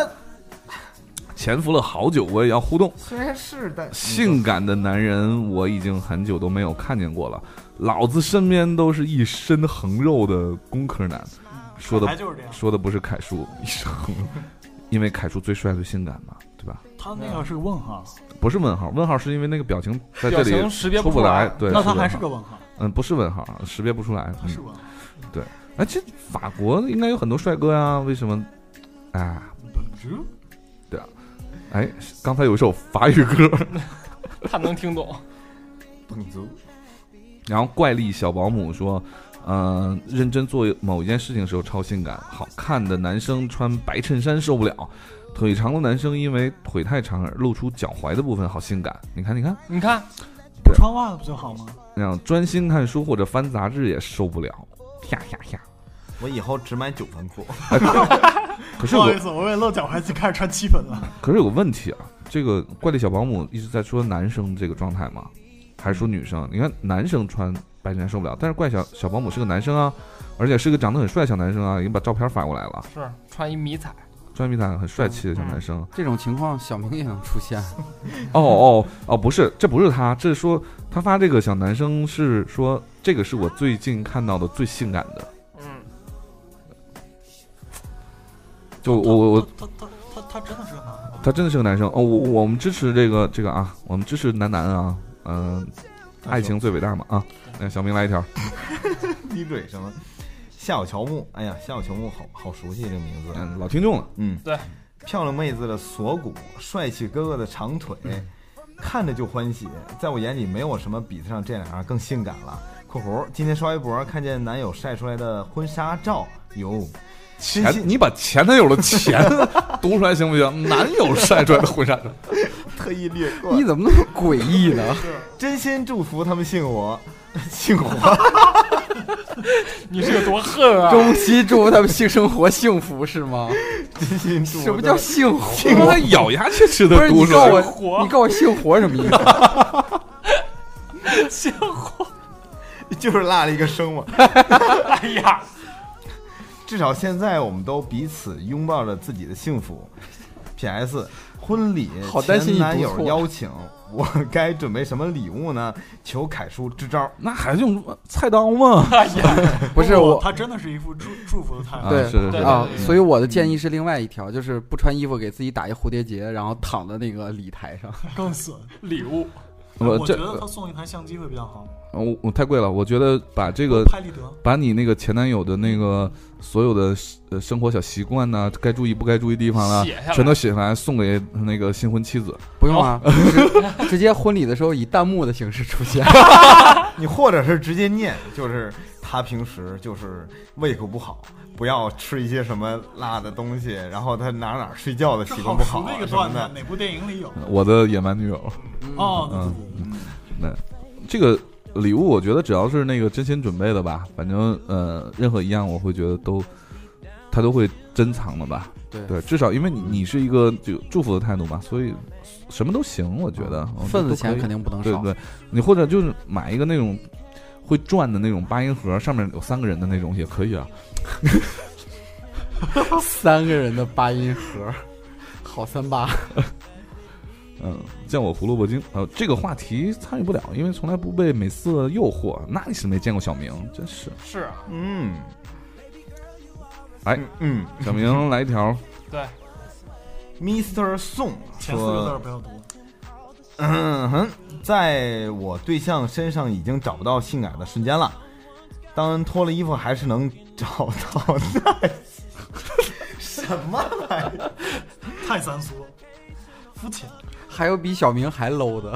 潜伏了好久，我也要互动。虽然是，但性感的男人，我已经很久都没有看见过了。老子身边都是一身横肉的工科男，说的嗯凯就是这样说的不是凯叔，一身横肉，因为凯叔最帅最性感嘛，对吧？他那个是个问号，不是问号，问号是因为那个表情在这表里情识别出不不出来来，对，那它还问是号个问号。嗯，不是问号，识别不出来，它是问号。对，哎，这法国应该有很多帅哥呀，为什么？啊，对啊，哎，刚才有一首法语歌，他能听懂。蹦足，然后怪力小保姆说，嗯、认真做某一件事情的时候超性感，好看的男生穿白衬衫受不了，腿长的男生因为腿太长而露出脚踝的部分好性感，你看，你看，你看，不穿袜子不就好吗？那样专心看书或者翻杂志也受不了，啪啪啪。我以后只买九分 *laughs* 裤。可是不 *laughs* 我好意思，我为了露脚踝就开始穿七分了。可是有个问题啊，这个怪力小保姆一直在说男生这个状态嘛，还是说女生？你看男生穿白衬衫受不了，但是怪小小保姆是个男生啊，而且是个长得很帅的小男生啊，已经把照片发过来了，是穿一迷彩， *laughs* 穿迷彩很帅气的小男生。这种情况小明也能出 *laughs* 现。哦哦哦，不是，这不是他，这是说他发这个小男生是说这个是我最近看到的最性感的。嗯，就我我我他他他他真的是个男的吗？他真的是个男生哦，我我我们支持这个这个啊，我们支持男男啊，嗯、爱情最伟大嘛啊，那小明来一条，滴嘴什么？夏小乔木，哎呀，夏小乔木好好熟悉这个名字，啊嗯，老听众了，嗯，对，漂亮妹子的锁骨，帅气哥哥的长腿，嗯看着就欢喜，在我眼里没有什么比得上这两样啊更性感了。（括弧）今天刷微博看见男友晒出来的婚纱照，哟，真前性你把前男友的钱读出来行不行？男友晒出来的婚纱照，特意略过，你怎么那么诡异呢？ *laughs* 真心祝福他们信我，信我。 *laughs* 你是有多恨啊！衷心祝福他们性生活幸福是吗？真心祝福什么叫幸福？ *laughs* 你他妈咬牙切齿不的是读你出告来， *laughs* 我，你告我性活什么 *laughs* 意思？幸福。就是落了一个生嘛。哎呀，至少现在我们都彼此拥抱着自己的幸福。P.S. 婚礼好担前心你男读友错邀请，我该准备什么礼物呢？求凯叔支招。那还用菜刀吗？哎呀，不是我，他真的是一副祝祝福的态度。啊对是是对啊对，对所以我的建议是另外一条，就是不穿衣服给自己打一蝴蝶结，然后躺在那个礼台 *laughs* 上。更损。礼物我我觉呃这得他送一台相机会比较好，我我太贵了，我觉得把这个拍立得。把你那个前男友的那个所有的呃生活小习惯呐、该注意不该注意地方啦、写下来全都写下来送给那个新婚妻子。不用啊，直 *laughs* 直接婚礼的时候以弹幕的形式出现。你或者是直接念，就是他平时就是胃口不好，不要吃一些什么辣的东西，然后他哪儿哪儿睡觉的这习惯好不熟好啊那个什段么子，的。哪部电影里有？呃我的野蛮女友，哦，对对嗯对，嗯，那这个礼物我觉得只要是那个真心准备的吧，反正呃任何一样我会觉得都他都会珍藏的吧。 *laughs* 对对，至少因为你你是一个就祝福的态度嘛，所以什么都行，我觉得我觉得份都子钱可以肯定不能对啊少。对，你或者就是买一个那种会转的那种八音盒，上面有三个人的那种也可以啊。三个人的八音盒，好三八。嗯，见我胡萝卜精，呃，这个话题参与不了，因为从来不被美色诱惑。那你是没见过小明，真是。是啊嗯，哎，嗯小明来一条，对， ，Mr. Song 前四个字说儿不要读。嗯哼，在我对象身上已经找不到性感的瞬间了，当脱了衣服还是能找到的。什么玩意儿？太三俗了，肤浅。还有比小明还 low 的，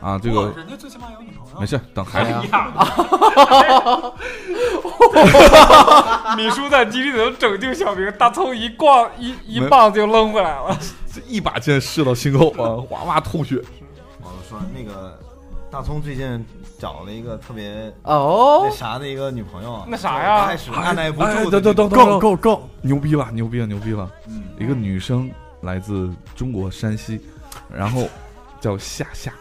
啊，这哇个哦人家最起码有哎啊女朋友。没事，等孩子呀，米叔在基地里头拯救小明，大葱一逛一一没棒就扔回来了。这一把剑射到心口啊，哇哇吐血。我说那个大葱最近找了一个特别哦那啥的一个女朋友，啊那啥呀开始按耐不住的哎那种，等等等，够够够，牛逼了，牛逼了，牛逼了！嗯一个女生来自中国山西，然后叫夏夏。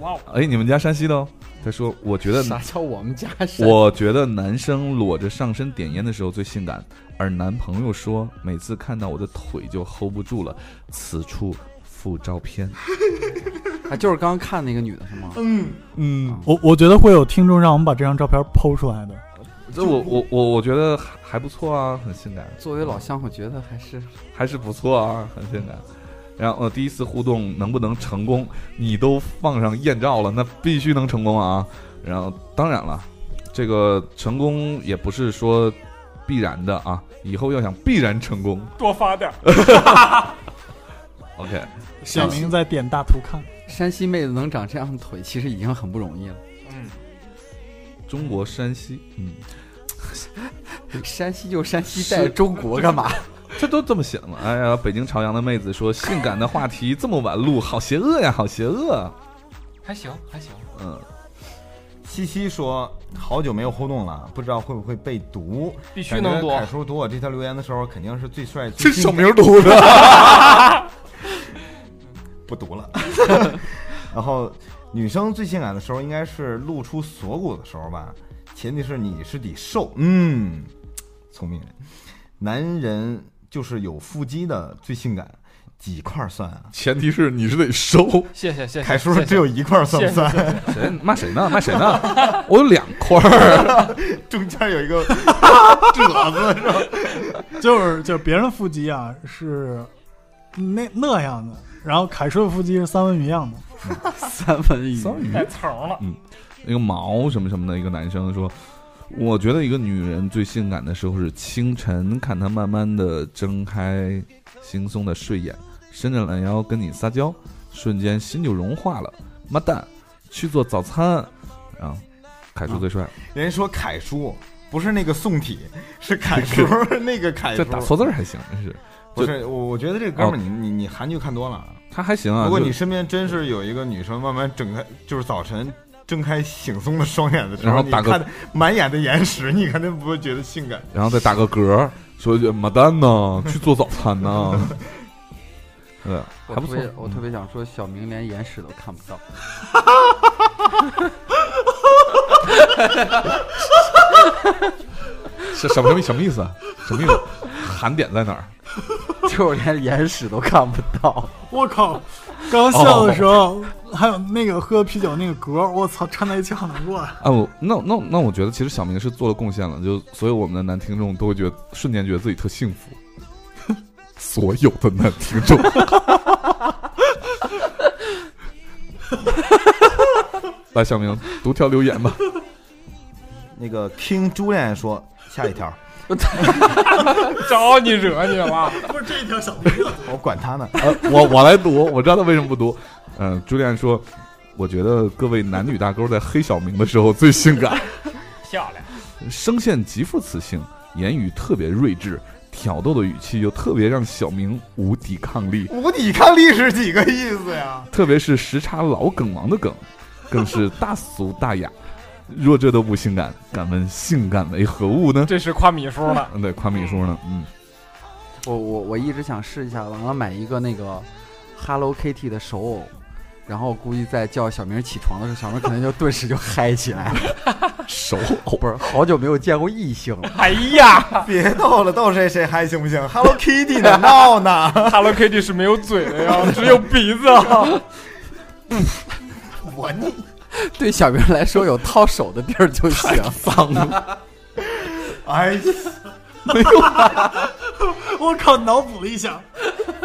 哇哦！哎，你们家山西的哦？她说，我觉得啥叫我们家山我觉得男生裸着上身点烟的时候最性感，而男朋友说每次看到我的腿就 hold 不住了。此处附照片。啊，就是刚刚看那个女的是吗？嗯，嗯，我我觉得会有听众让我们把这张照片剖出来的。这我我我我觉得还还不错啊，很性感，作为老乡，我觉得还是还是不错啊，很性感。然后呃，第一次互动能不能成功，你都放上艳照了，那必须能成功啊。然后当然了，这个成功也不是说必然的啊，以后要想必然成功多发点儿。 ，OK。小明在点大图看，山西妹子能长这样的腿，其实已经很不容易了。嗯，中国山西，嗯，山西就山西，是带着中国干嘛？这都这么写吗？哎呀，北京朝阳的妹子说，性感的话题这么晚录，好邪恶呀，好邪恶。啊还行还行，嗯，西西说好久没有互动了，不知道会不会被读，必须能读感觉凯叔读我这条留言的时候，肯定是最帅。这最小明读的， *laughs* 不读了。 *laughs* 然后女生最性感的时候应该是露出锁骨的时候吧，前提是你是得瘦，嗯，聪明人。男人就是有腹肌的最性感，几块算啊？前提是你是得瘦。谢谢谢谢。凯叔谢谢只有一块算不算？谢谢谢谁骂谁呢？骂谁呢？ *laughs* 我有两块儿， *laughs* 中间有一个 *laughs* 褶子是吧？就是就是别人的腹肌啊是那那样的，然后凯叔的腹肌是三文鱼样的。三文鱼，三文鱼带层儿了。一个毛什么什么的一个男生说，我觉得一个女人最性感的时候是清晨，看她慢慢的睁开惺忪的睡眼，伸着懒腰跟你撒娇，瞬间心就融化了。妈蛋，去做早餐啊！凯叔最帅，人家说凯叔不是那个宋体， *laughs* 是凯叔那个凯叔这。打错字儿还行，真是不是我，我觉得这哥们儿你你你韩剧看多了啊。他还行啊。如果就你身边真是有一个女生慢慢睁开，就是早晨睁开惺忪的双眼的时候，然后打你个看满眼的眼屎，你肯定不会觉得性感。然后再打个嗝，说句妈蛋呢， *laughs* 去做早餐呢。 *laughs* 对，我还不特错别，我特别想说，小明连眼屎都看不到。 *laughs* 是什么什么什么意思啊？ *laughs* 什么意思？含点在哪儿？就是连眼屎都看不到。我靠！刚笑的时候，还有那个喝啤酒那个嗝，我操，掺在一起好难过啊！ *laughs* 啊，我那那那，我觉得其实小明是做了贡献了，就所有我们的男听众都会觉得瞬间觉得自己特幸福。 *laughs* 所有的男听 *laughs* 众，来，小明读条留言吧。那个 King Julian 说，下一条， *laughs* 招你惹你 *laughs* 了？不是这一条小明的，我管他呢。呃，我我来读，我知道他为什么不读。嗯、朱莉安说，我觉得各位男女大勾在黑小明的时候最性感。 *laughs* 漂亮，声线极富磁性，言语特别睿智，挑逗的语气又特别让小明无抵抗力，无抵抗力是几个意思呀？特别是时差老梗王的梗，更是大俗大雅。若这都不性感，敢问性感为何物呢？这是夸米叔了。嗯，对，夸米叔呢，嗯，我我我一直想试一下，完了买一个那个 Hello Kitty 的手偶，然后估计在叫小明起床的时候，小明可能就顿时就嗨起来了。 *laughs* 手不是，好久没有见过异 *laughs* 性了。 *laughs* 哎呀 *laughs* 别逗了，逗谁谁还行不行？Hello Kitty 呢，闹呢。 *laughs* ，Hello Kitty 是没有嘴的 *laughs* 呀，只有鼻子啊。我你对小明来说，有套手的地儿就行。脏了，哎呀，我靠，脑补了一下，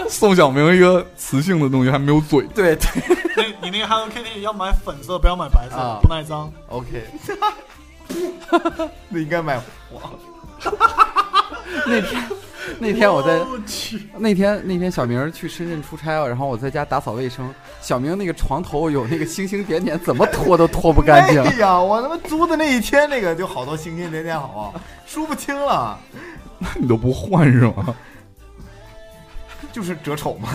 送小明一个磁性的东西，还没有嘴，对对那你那个 Hello Kitty 要买粉色，不要买白色啊，不耐脏。 ，OK，那应该买那天。那天我在我去，那天那天小明儿去深圳出差了，然后我在家打扫卫生，小明那个床头有那个星星点点，怎么拖都拖不干净哎啊哎。呀，我他妈租的那一天，那个就好多星星点点，好不好？数不清了。那你都不换是吗？就是折丑嘛。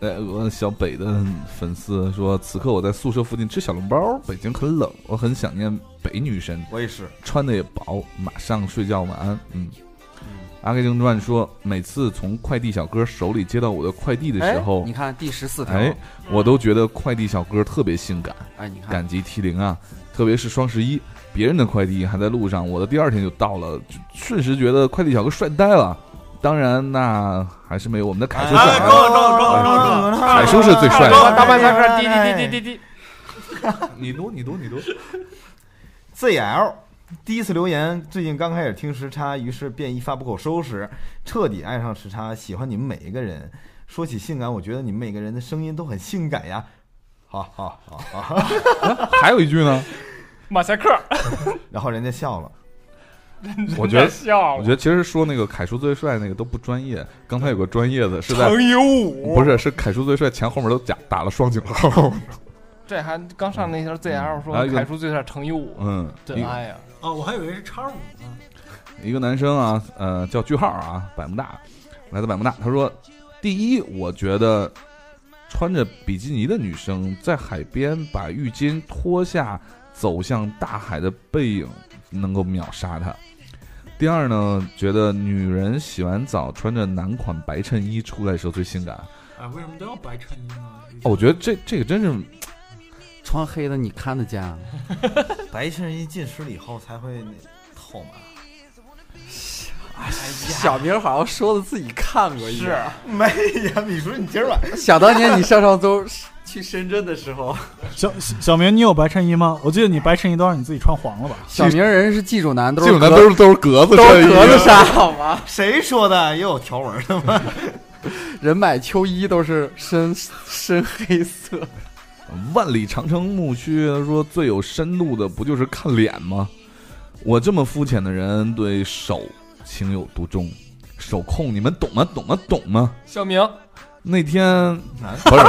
哎，我小北的粉丝说，此刻我在宿舍附近吃小笼包，北京很冷，我很想念北女神。我也是，穿的也薄，马上睡觉，晚安。嗯，阿甘正传说，每次从快递小哥手里接到我的快递的时候，哎你看第14条哎，我都觉得快递小哥特别性感。哎你看感激涕零啊！特别是双十一，别人的快递还在路上，我的第二天就到了，就瞬时觉得快递小哥帅呆了。当然，那还是没有我们的凯叔帅。哎够了够了够了够了够了凯叔是最哎帅的。够了大半截片滴滴滴滴滴哎你读，你读，你读。 ZL 第一次留言，最近刚开始听时差，于是便一发不可收拾，彻底爱上时差，喜欢你们每一个人。说起性感，我觉得你们每个人的声音都很性感呀。好好好好， *laughs* 还有一句呢，马赛克，然后人家笑了。 *laughs* 我觉得真的笑了我觉得其实说那个凯叔最帅那个都不专业，刚才有个专业的是在乘以五不是是凯叔最帅前后面都假打了双井号。这还刚上那条 ZL 说嗯啊还有一个凯叔最帅乘以五，嗯真爱呀！啊，我还以为是叉五呢。一个男生啊，呃，叫句号啊，百慕大，来自百慕大。他说，第一，我觉得穿着比基尼的女生在海边把浴巾脱下，走向大海的背影，能够秒杀她。第二呢，觉得女人洗完澡穿着男款白衬衣出来的时候最性感。哎，为什么都要白衬衣呢？哦，我觉得这这个真是穿黑的你看得见啊？白衬衣进湿了以后才会那啊套嘛。 *laughs* 小明好像说的自己看过一样。没呀，米叔，你今儿晚上想当年你上上周去深圳的时候，小小小明，你有白衬衣吗？我记得你白衬衣都让你自己穿黄了吧？ *laughs* 小明人是技术男，都技术男格都是都是格子都是衬衣格子衫好吗？谁说的？也有条纹的 *laughs* 吗？ *laughs* 人买秋衣都是深深黑色。万里长城牧区，他说最有深度的不就是看脸吗？我这么肤浅的人，对手情有独钟，手控你们懂吗？懂吗？懂吗？小明，那天 *laughs* 啊不是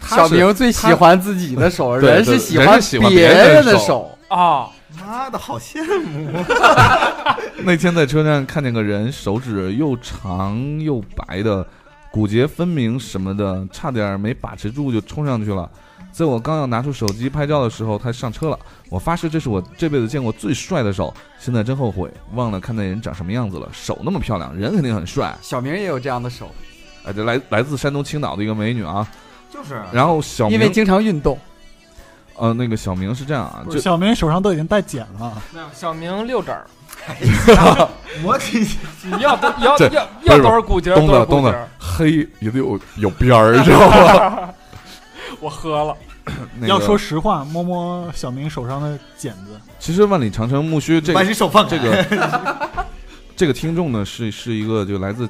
他小是明最喜欢自己的手，他对人对是喜人欢是喜欢别人人的的手手。啊！妈的，好羡慕！ *laughs* 那天在车站看见个人手指又长又白的，骨节分明什么的，差点没把持住就冲上去了。在我刚要拿出手机拍照的时候，他上车了。我发誓这是我这辈子见过最帅的手，现在真后悔，忘了看那人长什么样子了。手那么漂亮，人肯定很帅。小明也有这样的手，哎，这来来自山东青岛的一个美女啊， *laughs* 就是然后小明因为经常运动，呃，那个小明是这样啊，不就是小明手上都已经带茧了，没有小明六指儿，我给你要多要这要不要是多少骨节儿？东多的少东骨节的儿？黑也得有有边儿，知道吗？我喝了，那个要说实话，摸摸小明手上的茧子，其实万里长城木须这个把你手放开这个 *laughs* 这个听众呢是是一个就来自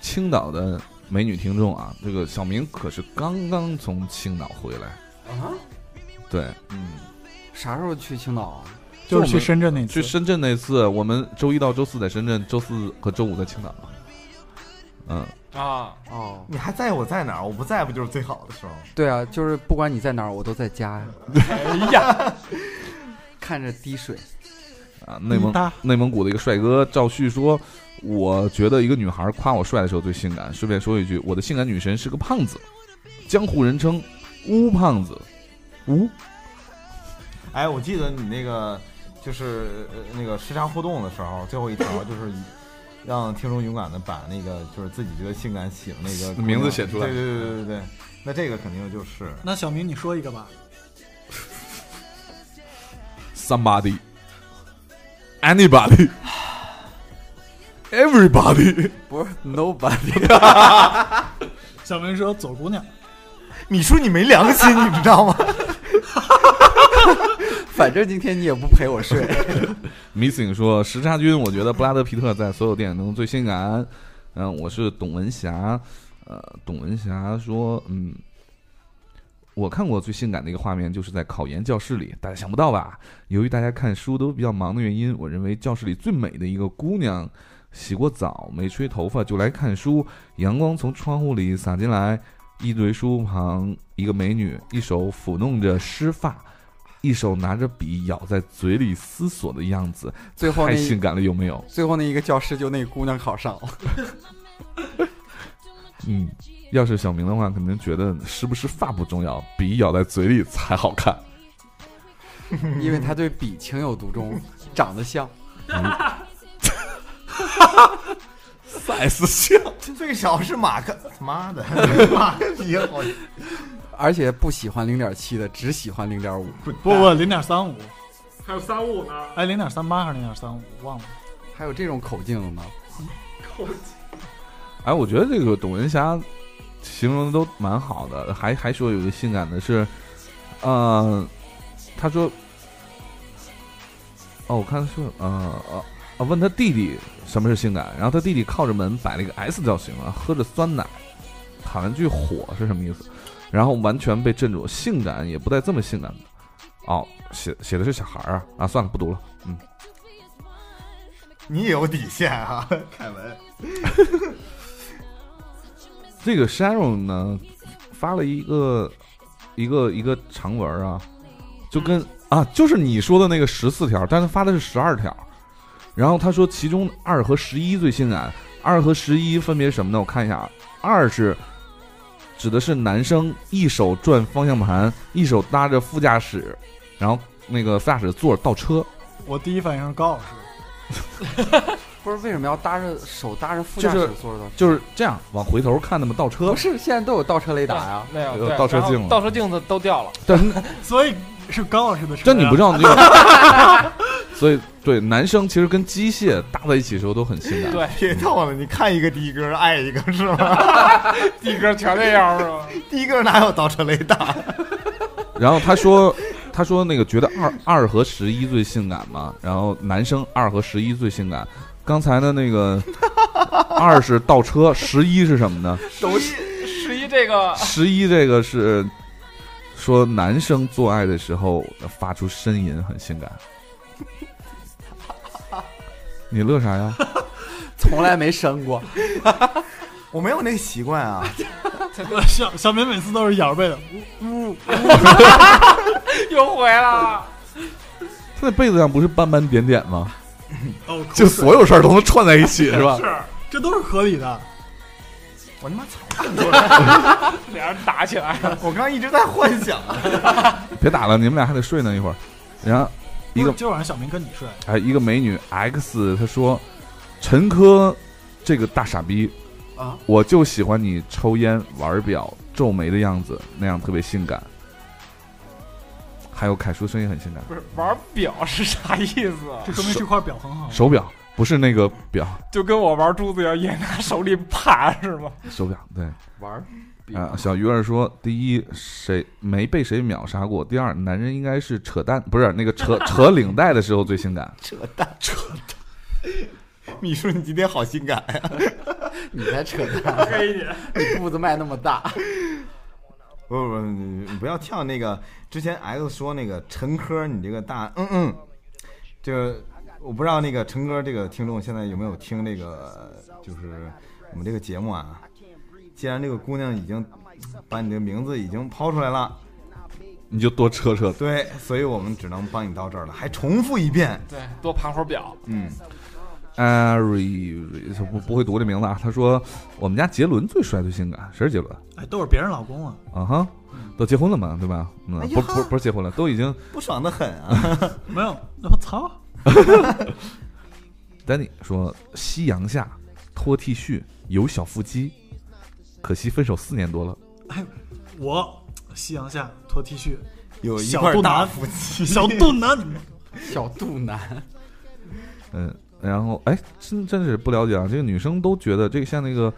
青岛的美女听众啊，这个小明可是刚刚从青岛回来啊，对，啥时候去青岛啊？就我是们去深圳那次去深圳那次，我们周一到周四在深圳，周四和周五在青岛，嗯，啊哦，你还在我在哪儿？我不在不就是最好的时候？对啊，就是不管你在哪儿，我都在家呀。哎呀， *laughs* 看着滴水，啊，内嗯蒙一搭内蒙古的一个帅哥赵旭说，我觉得一个女孩夸我帅的时候最性感。顺便说一句，我的性感女神是个胖子，江湖人称乌胖子，乌哎，我记得你那个就是呃那个时差互动的时候，最后一条就是以让听众勇敢的把那个就是自己觉得性感喜欢那个姑娘名字写 *laughs* 出来对对对对对对，那这个肯定就是那小明你说一个吧， somebody anybody *sighs* everybody。不是 nobody。小明说左姑娘， *laughs* 你说你没良心，你知道吗？ *laughs* *laughs* 反正今天你也不陪我睡。 Missing 说时差君，我觉得布拉德皮特在所有电影中最性感。嗯、我是董文霞。呃，董文霞说，嗯，我看过最性感的一个画面就是在考研教室里，大家想不到吧？由于大家看书都比较忙的原因，我认为教室里最美的一个姑娘，洗过澡没吹头发就来看书，阳光从窗户里洒进来，一堆书旁一个美女，一手抚弄着湿发，一手拿着笔咬在嘴里思索的样子，最后那太性感了，有没有？最后那一个教室就那姑娘考上了，嗯，要是小明的话，肯定觉得是不是发不重要，笔咬在嘴里才好看。因为她对笔情有独钟，长得像。赛斯像，最小是 *laughs* 马克，妈的， *laughs* 马克笔好， *laughs* 而且不喜欢零点七的，只喜欢零点五。不不，零点三五，还有三五呢，哎，零点三八还是零点三五，忘了。还有这种口径的吗？哎，我觉得这个董文霞形容的都蛮好的，还还说有一个性感的是，呃，他说，哦，我看说，呃呃啊，问他弟弟什么是性感，然后他弟弟靠着门摆了一个 S 造型啊，喝着酸奶，喊了句火是什么意思，然后完全被镇住，性感也不带这么性感的，哦，写写的是小孩儿啊，啊，算了，不读了，嗯，你也有底线啊，凯文。这个 Sharon 呢，发了一个一个一个长文啊，就跟啊，就是你说的那个十四条，但是发的是十二条。然后他说，其中二和十一最性感，二和十一分别是什么呢？我看一下，啊，二是指的是男生一手转方向盘，一手搭着副驾驶，然后那个副驾驶座倒车，我第一反应是高老师，不是为什么要搭着手搭着副就驾驶是座的？就是这样往回头看，那么倒车不。是现在都有倒车雷达呀？没有有对倒车然后镜了倒车镜子都掉了。但是所以是高老师的啊车。这你不知道，你就啊 *laughs* 所以对男生其实跟机械搭在一起的时候都很性感。对，别闹了，你看一个的哥爱一个是吗？的哥全这样是吧？的哥哪有倒车雷达？然后他说，他说那个觉得二二和十一最性感嘛，然后男生二和十一最性感。刚才的那 *laughs* 个二是倒车，十一是什么呢？都是十一这个 *laughs* 十一这个是说男生做爱的时候发出呻吟很性 *laughs* 感。你乐啥呀？ *laughs* 从来没伸过。我没有那个习惯啊， *laughs* 小小明每次都是摇背的，又回了，他的被子上不是斑斑点点吗？哦，就所有事儿都能串在一起，是吧？这都是合理的。我他妈操！俩人打起来了。我刚一直在幻想啊，别打了，你们俩还得睡呢一会儿。然后一个不是今晚上小明跟你睡，啊哎，一个美女 X，她说：“陈科这个大傻逼啊，我就喜欢你抽烟、玩表、皱眉的样子，那样特别性感。”还有凯叔声音很性感， *laughs* 不是玩表是啥意思啊？这说明这块表很好。手表不是那个表，就跟我玩珠子一样，也拿手里盘是吗？手表对 *laughs* 玩儿比啊、小鱼儿说：第一，谁没被谁秒杀过？第二，男人应该是扯蛋，不是那个 *laughs* 扯扯领带的时候最性感。米叔 *laughs* 你今天好性感呀！你才扯淡，黑你。你步子迈那么大， *laughs* 不不不，你你不要跳那个之前 X 说那个陈科，你这个大嗯嗯，这个我不知道那个陈哥这个听众现在有没有听这个，就是我们这个节目啊。既然这个姑娘已经把你的名字已经抛出来了，你就多扯扯对，所以我们只能帮你到这儿了，还重复一遍。对，多盘会儿表。嗯， Ari，他不不会读这名字啊。他说我们家杰伦最帅最性感，谁是杰伦？哎，都是别人老公了。啊哈，都结婚了嘛，对吧？嗯哎，呀不不不是结婚了，都已经。不爽的很 *laughs* 啊！没有，我操， Danny 说夕阳下脱 T 恤有小腹肌，可惜分手四年多了。我夕阳下脱 T 恤，有一小块肚大腩腹肌，小肚腩，小肚腩。嗯，然后哎，真真是不了解啊。这个女生都觉得这个像那个，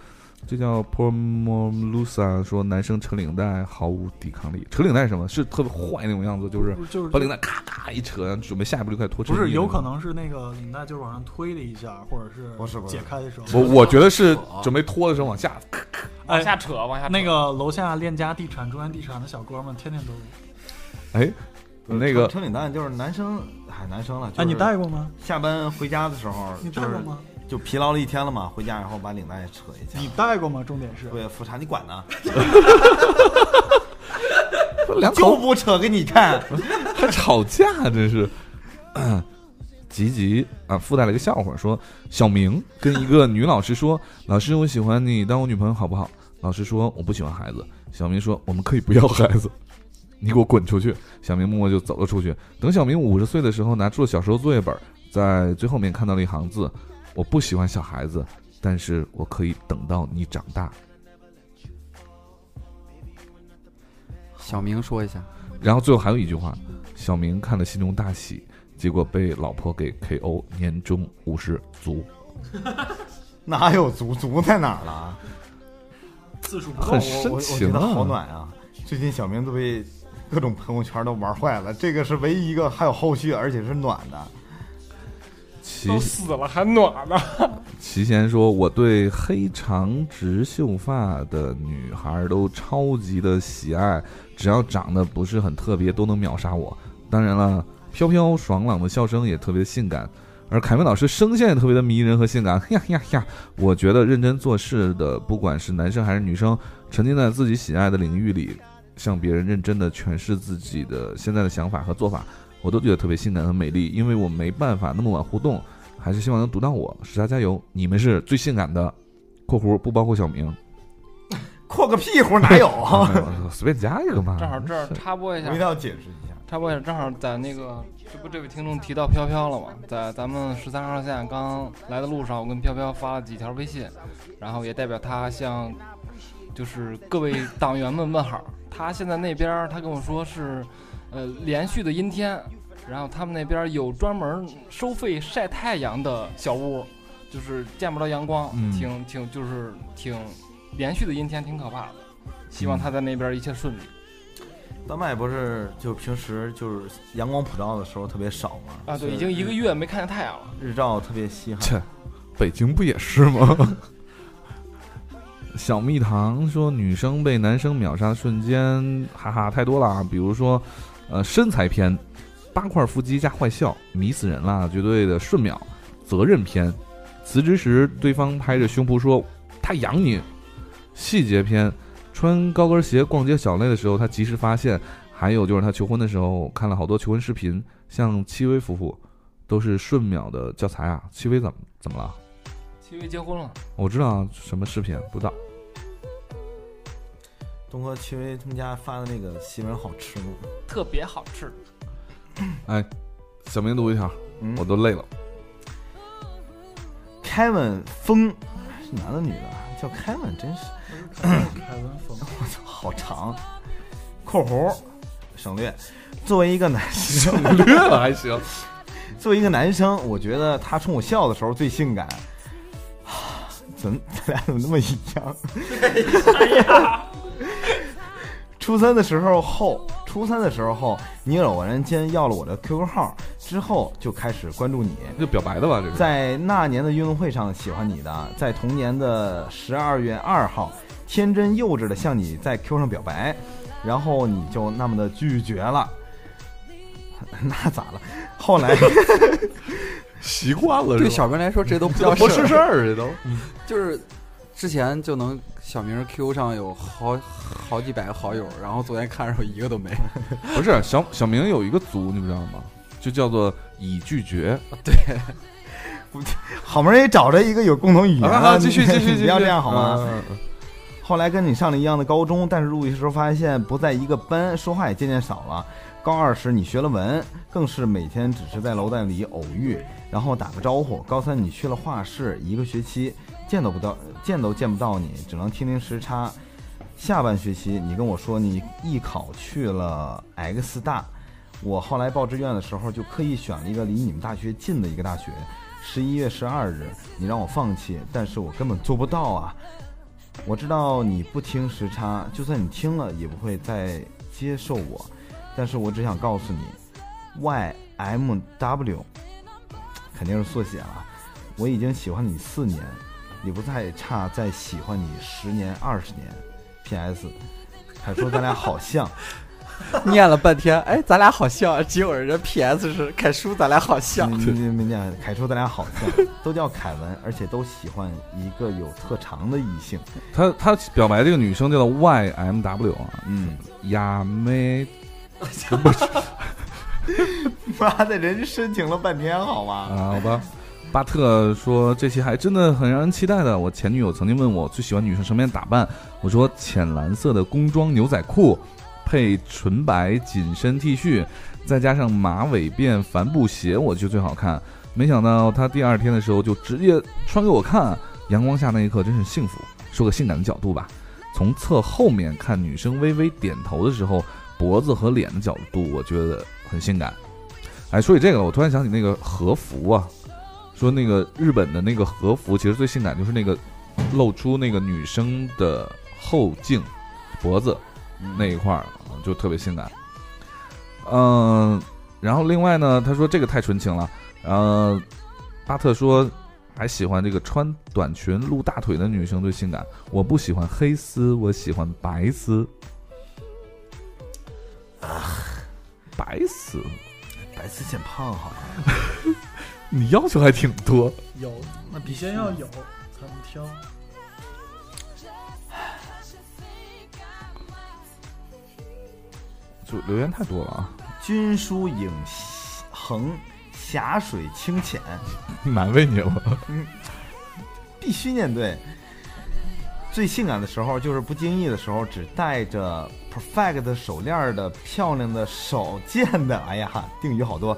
这叫 Promolusa 啊说男生扯领带毫无抵抗力，扯领带是什么是特别坏那种样子，就是就是把领带咔咔一扯，准备下一步就开始脱衬不衣那种。是，有可能是那个领带就是往上推了一下，或者是不是不是解开的时候。哎我我觉得是准备脱的时候往下， *laughs* 哎往下扯，往下扯那个楼下链家地产、中原地产的小哥们，天天都哎，那个呃撑领带就是男生，哎，男生了。哎，你戴带过吗？下班回家的时候，你就戴过是吗？就疲劳了一天了嘛，回家然后把领带扯一下。你戴过吗？重点是，对，复查你管 *laughs* 呢？两就口不扯给你看，还吵架真是。 *coughs* 吉吉啊，附带了一个笑话，说小明跟一个女老师说：“老师，我喜欢你，当我女朋友好不好？”老师说：“我不喜欢孩子。”小明说：“我们可以不要孩子， *laughs* 你给我滚出去！”小明默默就走了出去。等小明五十岁的时候，拿出了小时候作业本，在最后面看到了一行字：“我不喜欢小孩子，但是我可以等到你长大。”小明说一下，然后最后还有一句话，小明看了心中大喜，结果被老婆给 KO，年终五十足，哪有足足在哪儿了？次数很哦我深我情觉得啊好暖啊！最近小明都被各种朋友圈都玩坏了，这个是唯一一个还有后续，而且是暖的。其都死了还暖呢。齐贤说：“我对黑长直秀发的女孩都超级的喜爱，只要长得不是很特别，都能秒杀我。当然了，飘飘爽朗的笑声也特别性感，而凯文老师声线也特别的迷人和性感。 *laughs* 呀呀呀！我觉得认真做事的，不管是男生还是女生，沉浸在自己喜爱的领域里，向别人认真的诠释自己的现在的想法和做法，我都觉得特别性感和美丽。因为我没办法那么晚互动。”还是希望能读到我，十大加油！你们是最性 *laughs* 感的啊（括弧不包括小明扩个屁股 *laughs* 哪有？）没有哎随便加一个嘛。正好这儿插播一下，我一定要解释一下。插播一下，正好在那个，这不这位听众提到飘飘了嘛，在咱们十三号线刚来的路上，我跟飘飘发了几条微信，然后也代表他向就是各位党员们问好。他现在那边儿他跟我说是，呃，连续的阴天，然后他们那边儿有专门收费晒太阳的小屋，就是见不着阳光，嗯挺挺就是挺连续的阴天，挺可怕的。希望他在那边儿一切顺利。丹麦不是就平时就是阳光普照的时候特别少吗？啊，对，已经一个月没看见太阳了。日照特别稀罕。切，北京不也是吗？ *laughs* 小蜜糖说，女生被男生秒杀的瞬间，哈哈，太多了啊。比如说，呃，身材篇，八块腹肌加坏笑，迷死人啦，绝对的瞬秒。责任篇，辞职时对方拍着胸脯说他养你。细节篇，穿高跟鞋逛街小累的时候，他及时发现。还有就是他求婚的时候，看了好多求婚视频，像戚薇夫妇，都是瞬秒的教材啊。戚薇怎么怎么了？七月结婚了，我知道什么视频，不知道。东哥戚薇他们家发的那个西门好吃吗？特别好吃。哎，小明读一下，嗯我都累了。 Kevin 风是男的女的啊？叫 Kevin 真是凯文风，我操， *clears throat* 好 *laughs* 长。括弧省略。作为一个男生，省略了还行。 *laughs* 作为一个男生，我觉得他冲我笑的时候最性感。 *sighs* 怎么咱俩怎么那么一样？ *laughs* 初三的时候后，初三的时候后，你偶然间要了我的 QQ 号，之后就开始关注你。就表白的吧，这是。在那年的运动会上喜欢你的，在同年的十二月二号，天真幼稚的向你在 Q 上表白，然后你就那么的拒绝了。 *laughs* 那咋了？后来 *laughs* 习惯了对小明来说，这都不叫这不是事啊儿，这都。就是之前就能小明 Q 上有好好几百个好友，然后昨天看着一个都没。不是小小明有一个组，你知道吗？就叫做已拒绝。对，好不容易找着一个有共同语言啊好了，继 *laughs* 续你继续继续不要这样好吗嗯嗯嗯？后来跟你上了一样的高中，但是入学时候发现不在一个班，说话也渐渐少了。高二时你学了文，更是每天只是在楼道里偶遇，然后打个招呼。高三你去了画室，一个学期见都不到，见都见不到你，只能听听时差。下半学期你跟我说你艺考去了 X 大，我后来报志愿的时候就刻意选了一个离你们大学近的一个大学。十一月十二日，你让我放弃，但是我根本做不到啊！我知道你不听时差，就算你听了也不会再接受我，但是我只想告诉你，Y M W 肯定是缩写啊！我已经喜欢你四年，也不再差再喜欢你十年二十年。P.S. 还说咱俩好像，念了半天，哎，咱俩好像，结果人家 PS 是凯叔，咱俩好像。你你没念，凯叔咱俩好像，都叫凯文，而且都喜欢一个有特长的异性。他他表白这个女生叫做 Y M W 啊，嗯，亚美，妈的，人申请了半天，好吧？啊，好吧。巴特说：“这期还真的很让人期待的。我前女友曾经问我最喜欢女生什么样的打扮，我说浅蓝色的工装牛仔裤，配纯白紧身 T 恤，再加上马尾辫帆布鞋，我觉得最好看。没想到她第二天的时候就直接穿给我看，阳光下那一刻真是幸福。说个性感的角度吧，从侧后面看女生微微点头的时候，脖子和脸的角度，我觉得很性感。哎，说起这个，我突然想起那个和服啊。”说那个日本的那个和服，其实最性感就是那个露出那个女生的后颈、脖子那一块儿，啊就特别性感。嗯，然后另外呢，他说这个太纯情了。呃，巴特说还喜欢这个穿短裙露大腿的女生最性感。我不喜欢黑丝，我喜欢白丝。 *sighs* 白丝，白丝显胖好像。你要求还挺多。有，那必先嗯要有才能挑。就留言太多了啊，君书影横，峡水清浅，难为你了。必须念对。最性感的时候就是不经意的时候，只戴着 perfect 手链的漂亮的手贱的，哎呀，定语好多。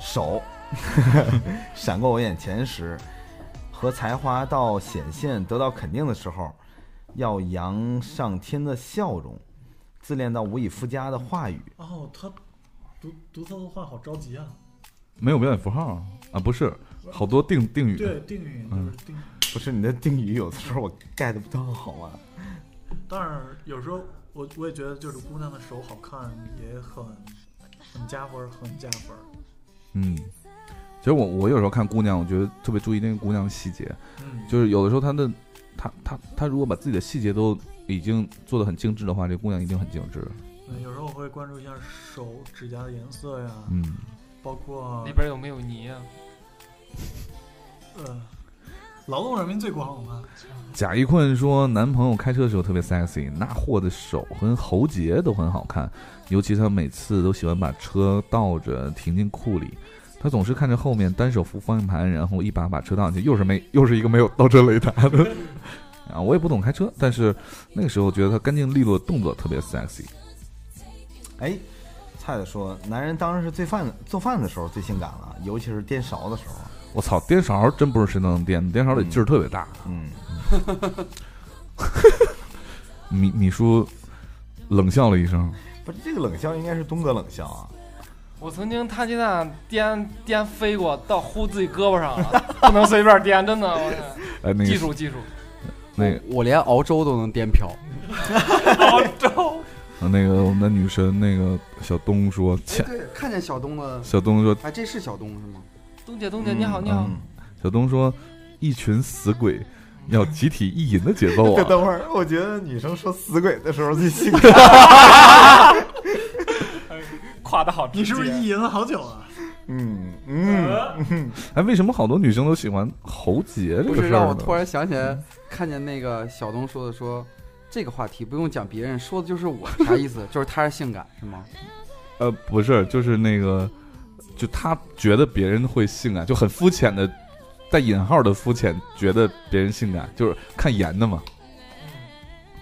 手 *laughs* 闪过我眼前时，和才华到显现得到肯定的时候，要扬上天的笑容，自恋到无以复加的话语。哦，他读读他的话好着急啊！没有标点符号啊，不是，好多定定语。对，定语就是定语。不是你的定语，有的时候我 get 不到，好吗？但是有时候我我也觉得，就是姑娘的手好看也很很加分儿，很加分儿。嗯，其实我我有时候看姑娘，我觉得特别注意那个姑娘的细节，就是有的时候她的她她她如果把自己的细节都已经做的很精致的话，这姑娘一定很精致。嗯，有时候我会关注一下手指甲的颜色呀，嗯，包括里边有没有泥啊？呃，劳动人民最广好吗？贾一坤说，男朋友开车的时候特别 sexy，那货的手和喉结都很好看，尤其他每次都喜欢把车倒着停进库里，他总是看着后面单手扶方向盘，然后一把把车倒进去，又是没又是一个没有倒车雷达的。 *laughs* 啊，我也不懂开车，但是那个时候觉得他干净利落的动作特别 sexy。哎，菜子说，男人当然是最饭做饭的时候最性感了，尤其是颠勺的时候。我操，颠勺真不是谁都能颠，颠勺得劲儿特别大。嗯，米米叔冷笑了一声，不是这个冷笑应该是东哥冷笑啊。我曾经摊鸡蛋颠颠飞过，到呼自己胳膊上了， *laughs* 不能随便颠，真的。我哎，那个技术技术，那个我连熬粥都能颠瓢。好周啊，那个我们的女神那个小东说，哎前对，看见小东了。小东说，哎，这是小东是吗？东姐东姐你好嗯你好，小东说，一群死鬼要集体意淫的节 *laughs* 奏啊！嗯等会儿，我觉得女生说死鬼的时候最性感。夸的好直接。你是不是意淫了好久啊？ *laughs* 嗯嗯，嗯哎，为什么好多女生都喜欢喉结这不个是事让儿我呢？突然想起来，看见那个小东说的说，这个话题不用讲别人，说的就是我，啥意思？ *laughs* 就是他是性感是吗？呃，不是，就是那个，就他觉得别人会性感，就很肤浅的，带引号的肤浅，觉得别人性感，就是看颜的嘛，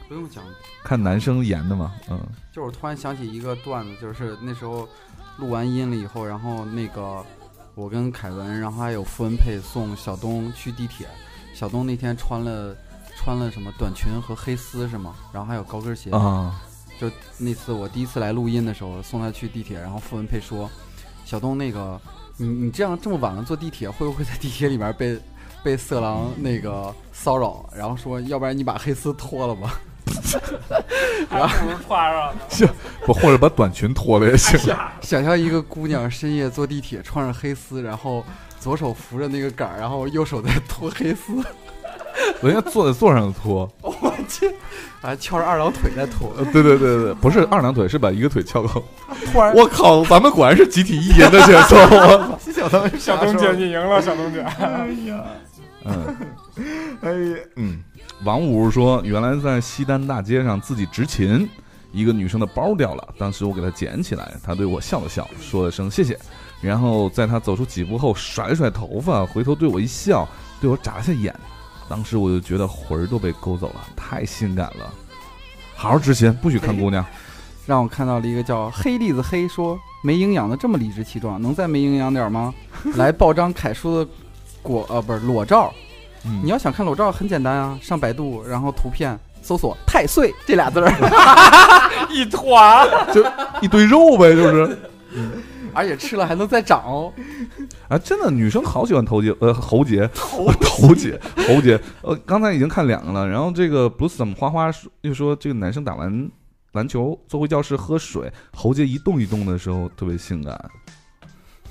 不用讲，看男生颜的嘛，嗯，就是我突然想起一个段子，就是那时候录完音了以后，然后那个我跟凯文，然后还有傅文佩送小东去地铁，小东那天穿了穿了什么短裙和黑丝是吗？然后还有高跟鞋啊。就那次我第一次来录音的时候，送他去地铁，然后傅文佩说：“小东，那个你你这样这么晚了坐地铁，会不会在地铁里面被被色狼那个骚扰？”然后说：“要不然你把黑丝脱了吧。”还哎不如夸上呢。就不或者把短裙脱了也行。哎想象一个姑娘深夜坐地铁，穿着黑丝，然后左手扶着那个杆儿，然后右手在脱黑丝，人家坐在座上脱， *laughs* 我去，还翘着二郎腿在脱。 *laughs* 呃对对对对，不是二郎腿，是把一个腿翘高。突然，我靠，咱们果然是集体意淫的节奏。啊我操小东小东姐你 *laughs* 赢了，小东姐。嗯，哎呀，嗯，王五说，原来在西单大街上自己执勤，一个女生的包掉了，当时我给她捡起来，她对我笑了笑，说了声谢谢，然后在她走出几步后甩了甩头发，回头对我一笑，对我眨了下眼，当时我就觉得魂儿都被勾走了，太性感了，好好执勤，不许看姑娘。让我看到了一个叫黑栗子黑说没营养的这么理直气壮，能再没营养点儿 *laughs* 吗？来报张凯叔的果呃不是裸照，你要想看裸照很简单啊，上百度然后图片搜索“太岁”这俩字儿，一团就一堆肉呗，就是。而且吃了还能再长哦。啊，真的，女生好喜欢头姐，呃，喉结，头 *laughs* 头姐，喉结。呃，刚才已经看两个了，然后这个 Bruce 怎么花花说又说这个男生打完篮球坐回教室喝水，喉结一动一动的时候特别性感，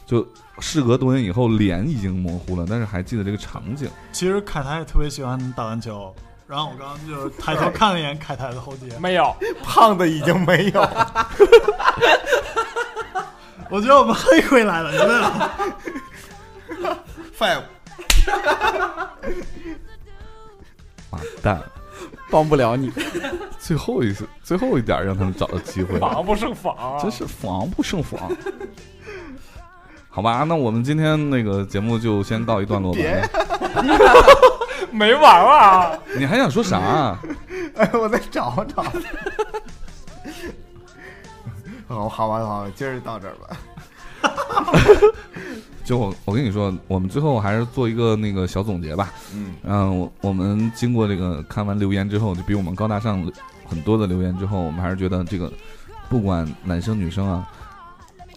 就事隔多年以后脸已经模糊了，但是还记得这个场景。其实凯台也特别喜欢打篮球，然后我刚刚就是抬头看了一眼凯台的喉 *laughs* 结，没有，胖的已经没有。 *laughs* 我觉得我们黑回来了，你对了。 Five，完蛋，帮不了你。最后一次，最后一点儿让他们找到机会了，防不胜防，啊真是防不胜防。 *laughs* 好吧，那我们今天那个节目就先告一段落吧。别没完了啊！你还想说啥、啊哎，我再找找。 *laughs* 好，好吧，好吧，今儿就到这儿吧。就我，我跟你说，我们最后还是做一个那个小总结吧。嗯嗯，我我们经过这个看完留言之后，就比我们高大上很多的留言之后，我们还是觉得这个不管男生女生啊，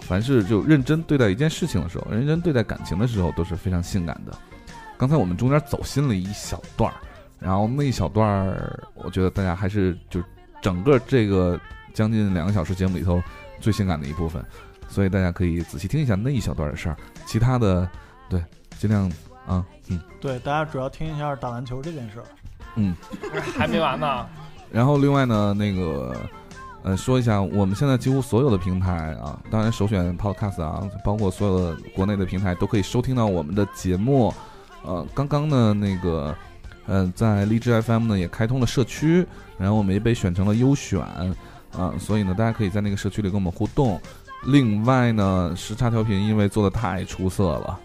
凡是就认真对待一件事情的时候，认真对待感情的时候，都是非常性感的。刚才我们中间走心了一小段儿，然后那一小段儿，我觉得大家还是就整个这个将近两个小时节目里头最性感的一部分，所以大家可以仔细听一下那一小段的事儿，其他的对尽量啊嗯 *laughs* 对，大家主要听一下打篮球这件事儿。嗯，还没完呢。然后另外呢，那个呃，说一下，我们现在几乎所有的平台啊，当然首选 Podcast 啊，包括所有的国内的平台都可以收听到我们的节目。呃，刚刚呢，那个嗯、呃，在荔枝 FM 呢也开通了社区，然后我们也被选成了优选啊、所以呢，大家可以在那个社区里跟我们互动。另外呢，时差调频因为做的太出色了。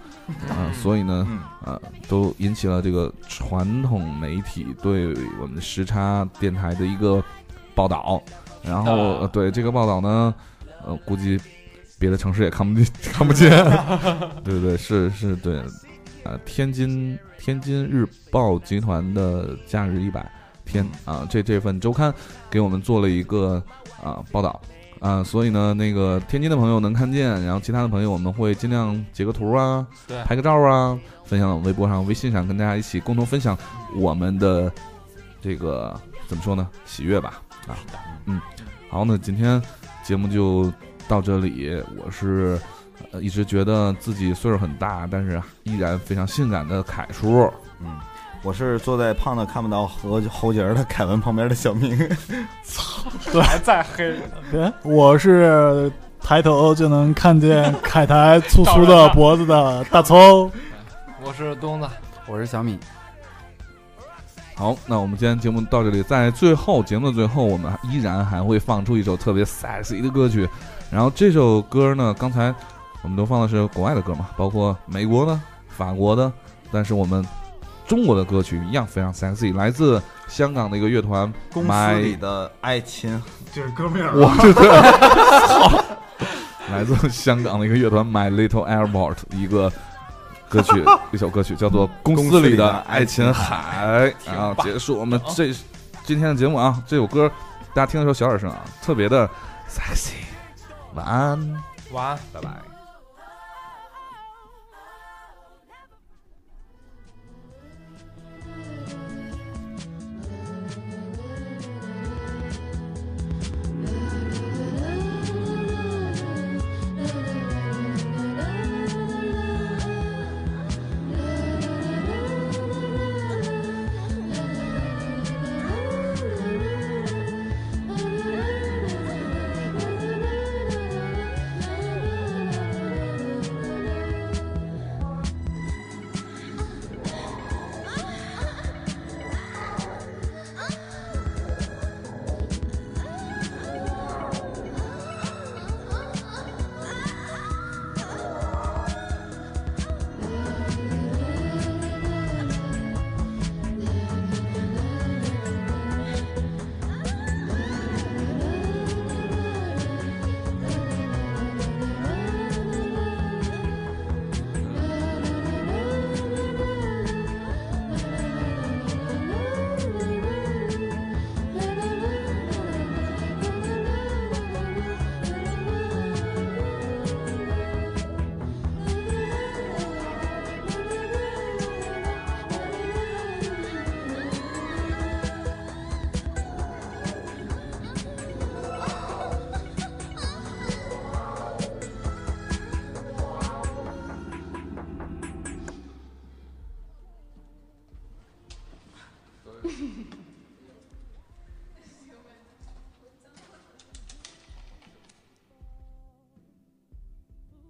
啊、所以呢，嗯啊，都引起了这个传统媒体对我们时差电台的一个报道。然后，啊呃对这个报道呢，呃，估计别的城市也 *laughs* 看不见，看不见。对对对，是是，对，呃，天津天津日报集团的假日一百天嗯啊、这这份周刊给我们做了一个啊、报道。啊、所以呢，那个天津的朋友能看见，然后其他的朋友我们会尽量截个图啊，对拍个照啊，分享到微博上、微信上，跟大家一起共同分享我们的这个怎么说呢，喜悦吧，啊，嗯，好，那今天节目就到这里，我是。呃，一直觉得自己岁数很大，但是啊依然非常性感的凯叔，嗯，我是坐在胖的看不到喉喉结儿的凯文旁边的小明。还在黑，对，我是抬头就能看见凯台粗粗的脖子的大葱。我是东子，我是小米，好，那我们今天节目到这里，在最后节目的最后，我们依然还会放出一首特别 sexy 的歌曲。然后这首歌呢，刚才我们都放的是国外的歌嘛，包括美国的、法国的，但是我们中国的歌曲一样非常 sexy，来自香港的一个乐团公司 My 里的爱情，这是哥们儿我是这样，来自香港的一个乐团 My Little Airport 一个歌 *laughs* 曲，一首歌曲叫做《公司里的爱琴海》啊，结束我们这今天的节目啊，这首歌大家听的时候小点声啊，特别的 sexy。晚安，晚安。拜拜。 Thank you.